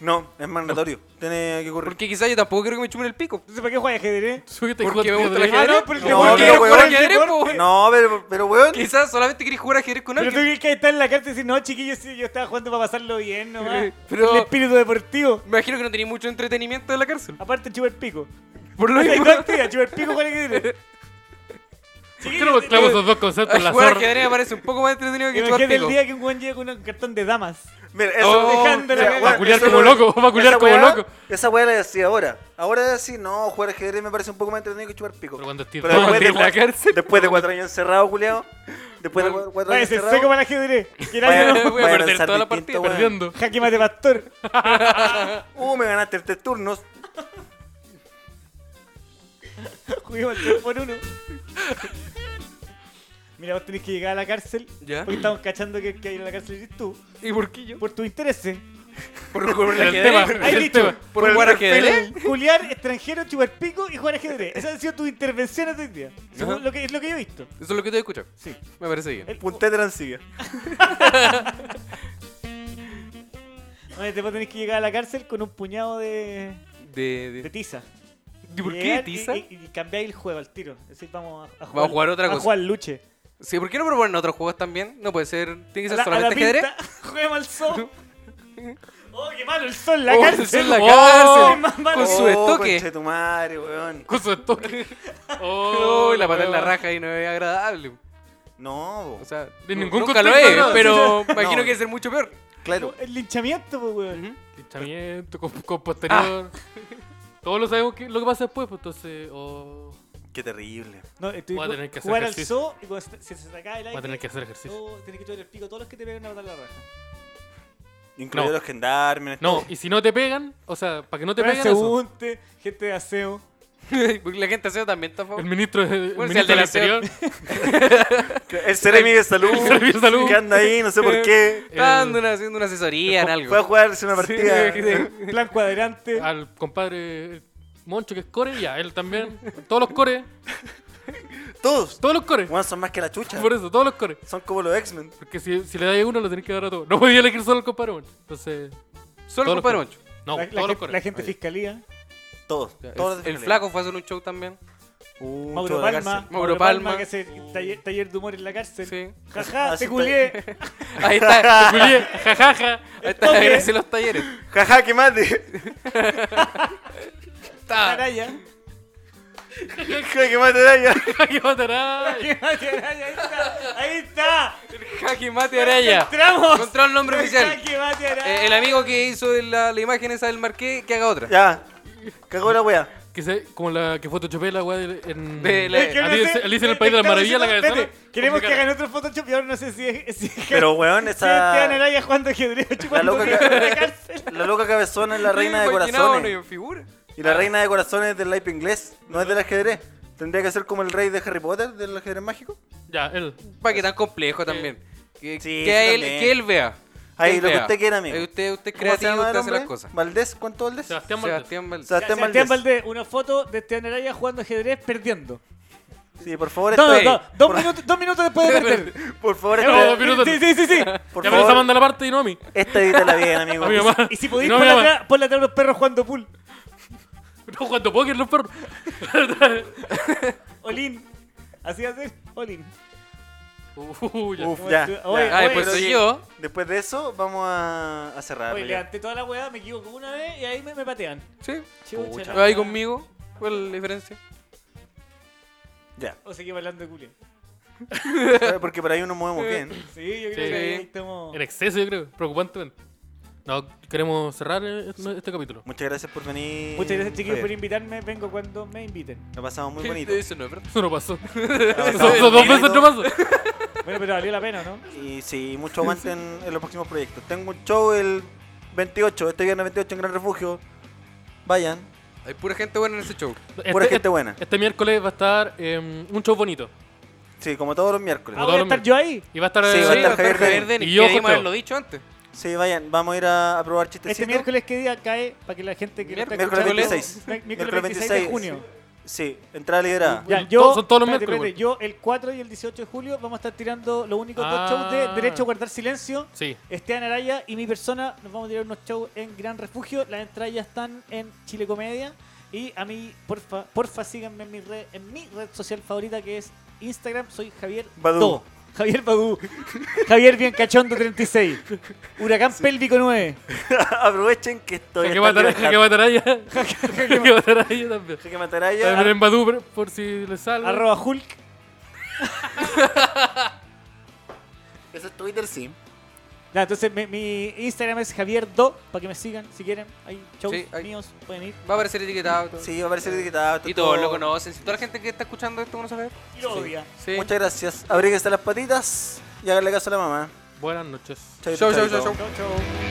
B: No, es mandatorio. Tiene que ocurrir.
E: Porque quizás yo tampoco quiero que me chupen el pico.
C: Entonces, ¿para qué juegas ajedrez?
D: Súbete
E: Porque
D: cuatro
E: me gusta el
D: ajedrez.
E: ajedrez.
D: Ah, no,
C: pero
E: No,
C: el weón
B: no,
C: quiere
E: quiero
C: jugar
E: jugar
B: weón,
E: ajedrez, po, weón.
B: No, pero, pero weón.
E: Quizás solamente querés jugar ajedrez con
C: Pero tú
E: alguien.
C: crees que estar en la cárcel y decir, no, chiquillos, sí, yo estaba jugando para pasarlo bien nomás.
E: Pero-
C: El espíritu deportivo.
E: Me imagino que no tenéis mucho entretenimiento en la cárcel.
C: Aparte, chupa el pico.
E: Por lo
C: No hay
E: mismo.
C: cantidad, chupa el pico con ajedrez.
D: ¿Por qué no mezclamos los dos conceptos en la
E: Jugar
D: zorra?
E: ajedrez me parece un poco más entretenido que chupar
C: Imagínate el
E: pico.
C: día que un buen llega con un cartón de damas.
B: Mira, eso.
E: Oh,
C: dejando la
B: mira,
C: cagada.
B: weón,
D: Va a culiar
B: eso
D: como
B: no-
D: loco, va a culiar
B: esa
D: como
B: weá-
D: loco.
B: Esa weá la decía ahora. Ahora decir, no, jugar ajedrez me parece un poco más entretenido que chupar pico.
D: Pero cuando estés
B: Pero
D: todo
B: después, de
D: en la
B: cua-
D: cárcel.
B: después de cuatro años encerrado, culiao. Después de cua- cuatro
C: Vaya,
B: años
C: se seco
B: encerrado.
C: para el ajedrez. Que
B: vaya-
C: nadie
E: Voy a
B: vaya
E: perder
B: pensar
E: toda la
B: distinto,
E: partida
B: weón.
D: Perdiendo.
C: no- Jaque mate pastor.
B: Uh, me ganaste el tres turnos.
C: Juguemos al tres por uno. Mira, vos tenés que llegar a la cárcel.
E: Ya.
C: Porque estamos cachando que, que hay en la cárcel eres tú.
E: ¿Y por qué yo?
C: Por tus intereses.
E: Por jugar al
D: El tema,
E: ajedrez.
C: Hay
D: el
C: dicho.
D: tema.
E: Por jugar ajedrez.
C: Pero Julián, extranjero, chupar pico y jugar ajedrez. Esas han sido tus intervenciones de hoy día. Según
E: Ajá.
C: Lo que, es lo que yo he visto.
E: Eso es lo que te escuchado.
C: Sí. Eh,
E: Me parece bien.
C: El-
B: Punté transilla.
C: oh, Oye, te- vos tenés que llegar a la cárcel con un puñado de,
E: De, de-
C: de tiza.
E: ¿Y por qué
C: Llegar
E: tiza?
C: Y, y- y cambiáis el juego al tiro. Es decir, vamos a, a jugar,
E: jugar otra cosa.
C: A jugar luche.
E: Sí, ¿por qué no proponen otros juegos también? No puede ser. Tiene que
C: A
E: ser
C: la- a la
E: solamente ajedrez.
C: pinta, Juguemos al sol. oh, qué malo el sol en la
E: Oh,
C: cárcel.
E: eso es la
D: Oh,
E: cárcel.
C: más malo.
E: Con su estoque.
B: tu madre, weón.
D: Con su estoque. Oh,
E: Oh, la patada en la
D: weón.
E: raja y no es agradable.
B: No,
E: O sea,
D: De
E: nu-
D: ningún
E: nunca lo
D: contexto,
E: es,
D: no.
E: pero
B: No.
E: imagino que debe ser mucho peor.
B: claro.
C: El linchamiento, pues, weón.
D: Pinchamiento, con, con
E: Ah.
D: posterior. Todos lo sabemos que, lo que pasa después, pues entonces. Oh,
B: Qué terrible.
C: No, estoy-
D: Voy a tener que hacer
C: jugar al
D: ejercicio.
C: zoo y cuando se, se, se sacaba el aire.
D: va a tener que hacer ejercicio.
C: oh, tenés que echarle el pico a todos los que te pegan una patada en la raja.
B: Incluido
D: No.
B: los gendarmes.
D: No, y si no te pegan, o sea, para que no te
C: Pero
D: peguen.
C: se
D: Eso,
C: unte, gente de aseo.
E: Porque la gente hace también está a favor.
D: el ministro, el
E: Bueno, si al
D: ministro del
E: de la
D: Interior.
B: El Ceremi de Salud.
D: El Ceremi de Salud.
B: Que anda ahí, no sé por qué.
E: Está dando una- haciendo una asesoría en algo.
B: Fue a jugarse una partida.
C: Plan cuadrante.
D: Al compadre Moncho, que es core, y a él también. Todos los cores,
B: Todos.
D: todos los cores.
B: Weón, son más que la chucha.
D: Por eso, todos los cores.
B: Son como los X-Men.
D: Porque si, si le dais a uno, lo tenés que dar a todos. No podía elegir solo al compadre Moncho. Entonces.
E: Solo
D: todos
E: el
D: los
E: compadre
D: cores.
E: Moncho.
D: No,
C: la, la
D: todos los
C: gente,
D: cores.
C: la gente fiscalía.
B: Todos.
E: Ya,
B: todos los
E: El, el
B: fiscales.
E: flaco fue a hacer un show también.
B: Uh,
C: Mauro
B: chulo de la
C: Palma.
B: cárcel.
E: Mauro Palma.
C: Que hace taller, taller de humor en la cárcel.
E: Sí.
C: Jaja,
B: Así
C: te
B: está.
C: culié.
E: Ahí está. Ahí
D: Oye, jajaja.
E: está
C: Toque.
E: gracias a los talleres.
B: Jaja, que mate.
E: Está.
C: Araya.
B: Jaja, que mate, Daya.
D: ¿Qué matará?
C: Ahí está. Ahí está.
E: Jaque mate Araya.
C: Entramos.
E: Encontró el nombre oficial.
C: Jaque mate Araya.
E: Eh, el amigo que hizo la, la imagen esa del marqué, que haga otra.
B: Ya. Cagó la wea.
D: que se, como la que photoshopé la weá del- en.
E: De la-
D: Alicia- Alicia en el País de
C: estamos
D: las Maravillas,
C: diciendo,
D: la cabezona.
C: espérate, Queremos que
D: Complicada.
C: hagan otro Photoshop y ahora no sé si es. Si es-
B: Pero, weón,
C: si es
B: esa-
C: Esteban Araya jugando ajedrez chupando
B: loca
C: pico
B: que-
C: en la cárcel.
B: La loca cabezona es la reina de
E: Imaginado,
B: corazones.
E: no, y en figura.
B: Y la reina de corazones del hype inglés, no es del ajedrez. Tendría que ser como el rey de Harry Potter, del ajedrez mágico.
D: Ya, él.
E: Para que tan complejo también. Que,
B: Sí,
E: que a
B: sí,
E: él,
B: también.
E: que él vea.
B: Ahí,
E: él
B: lo que
E: vea.
B: usted quiera, amigo.
E: Ahí usted, usted es
B: ¿Cómo se
E: creativo,
B: llama el
E: usted hace las
B: hombre?
E: cosas.
B: ¿Valdés? ¿Cuánto Valdés?
D: Sebastián Valdés.
E: Sebastián Valdés.
B: Sebastián
C: Sebastián
B: Valdés.
C: Valdés, una foto de Esteban Araya jugando ajedrez perdiendo.
B: Sí, por favor,
C: Dos,
B: esto-
C: dos- dos minutos, dos minutos después de perder.
B: por favor,
D: No,
B: esta,
D: minutos.
C: Sí, sí, sí. sí.
B: por
D: ya, pero esa
B: favor,
D: manda la parte y no a mí.
B: esta edítala bien, amigo.
D: A mi mamá.
C: Y si podéis,
D: no,
C: por
D: mi mamá.
C: atrás, ponle atrás a los perros jugando pool.
D: No, cuando póker, los perros.
C: Olin. Así va a ser, Olin.
D: Uh, ya.
B: Uf, ya.
C: Oye,
B: ya.
C: oye,
E: Ah, después
B: Creo
E: soy
B: que
E: yo.
B: Después de eso, vamos a, a cerrar.
C: Oye, levanté toda la weá, me equivoco una vez y ahí me, me patean.
E: Sí.
C: Chucha,
B: Pucha.
C: la
E: Ahí
C: weá.
E: conmigo. ¿Cuál es la diferencia?
B: ya.
C: O seguimos hablando de culia.
B: Ya, Porque por ahí nos movemos bien.
C: Sí, yo creo
D: Sí.
C: que ahí estamos.
D: En exceso, yo creo. Preocupantemente. No, queremos cerrar eh, este, este capítulo.
B: Muchas gracias por venir.
C: Muchas gracias, chiquillos, por
B: Javier.
C: invitarme. Vengo cuando me inviten.
B: Lo pasamos muy bonito.
E: Eso no es verdad.
D: Eso no pasó.
B: Lo pasamos
D: Eso- eso
B: muy
D: dos veces
B: bonito.
D: no pasó.
C: Bueno, pero valió la pena, ¿no?
B: Y sí, mucho aguante en, en los próximos proyectos. Tengo un show el 28, este viernes 28 en Gran Refugio. Vayan.
E: Hay pura gente buena en ese show.
B: Pura
D: Este-
B: gente buena.
D: Este miércoles va a estar eh, un show bonito.
B: Sí, como todos los miércoles.
C: Ah, voy a estar yo ahí.
D: Y va a estar.
B: Sí,
D: eh,
B: va a estar Javier Denis.
E: Denis.
D: Y
E: Y
D: yo,
E: yo, que
D: Joteo.
E: lo dicho antes.
B: Sí, vayan. Vamos a ir a, a probar chistecitos.
C: Este miércoles, ¿qué día cae? Para que la gente que lo está
B: Miércoles
C: escuchando-
B: 26.
C: Mi- Miércoles
B: Miércoles
C: 26 de
B: 26.
C: junio.
B: Sí, entrada liberada.
C: Ya,
D: Son-
C: yo,
D: son todos los
C: espérate,
D: miércoles,
C: espérate, yo el 4 y el 18 de julio vamos a estar tirando los únicos
D: Ah.
C: dos shows de Derecho a Guardar Silencio.
D: Sí.
C: Esteban Araya y mi persona nos vamos a tirar unos shows en Gran Refugio. Las entradas ya están en Chile Comedia. Y a mí, porfa, porfa síganme en mi red, en mi red social favorita que es Instagram. Soy Javier
B: Badú.
C: Do. Javier Badú. Javier Biencachondo 36. Huracán Pélvico 9.
B: Aprovechen que estoy.
D: Jaque
B: está
D: Batara-
B: liberado.
D: Jaque Bataraya. Jaque Bataraya también.
B: Jaque Mataraya.
D: También en Badoo, por- por si les sale.
C: Arroba Hulk.
B: Eso es Twitter, sí.
C: Ya, entonces mi, mi Instagram es Javier Do, para que me sigan si quieren. Hay shows
E: Sí, hay-
C: míos, pueden ir.
E: Va a aparecer etiquetado. todo.
B: Sí, va a aparecer etiquetado. está
E: Y todos lo
B: todo.
E: conocen. Si toda la gente que está escuchando esto conoce a Javier.
C: Y lo odia.
E: Sí.
B: Muchas gracias. Abríguese las patitas y háganle caso a la mamá.
D: Buenas noches.
B: Chau,
E: Chau, chau, chau, chau.
C: Chau, chau.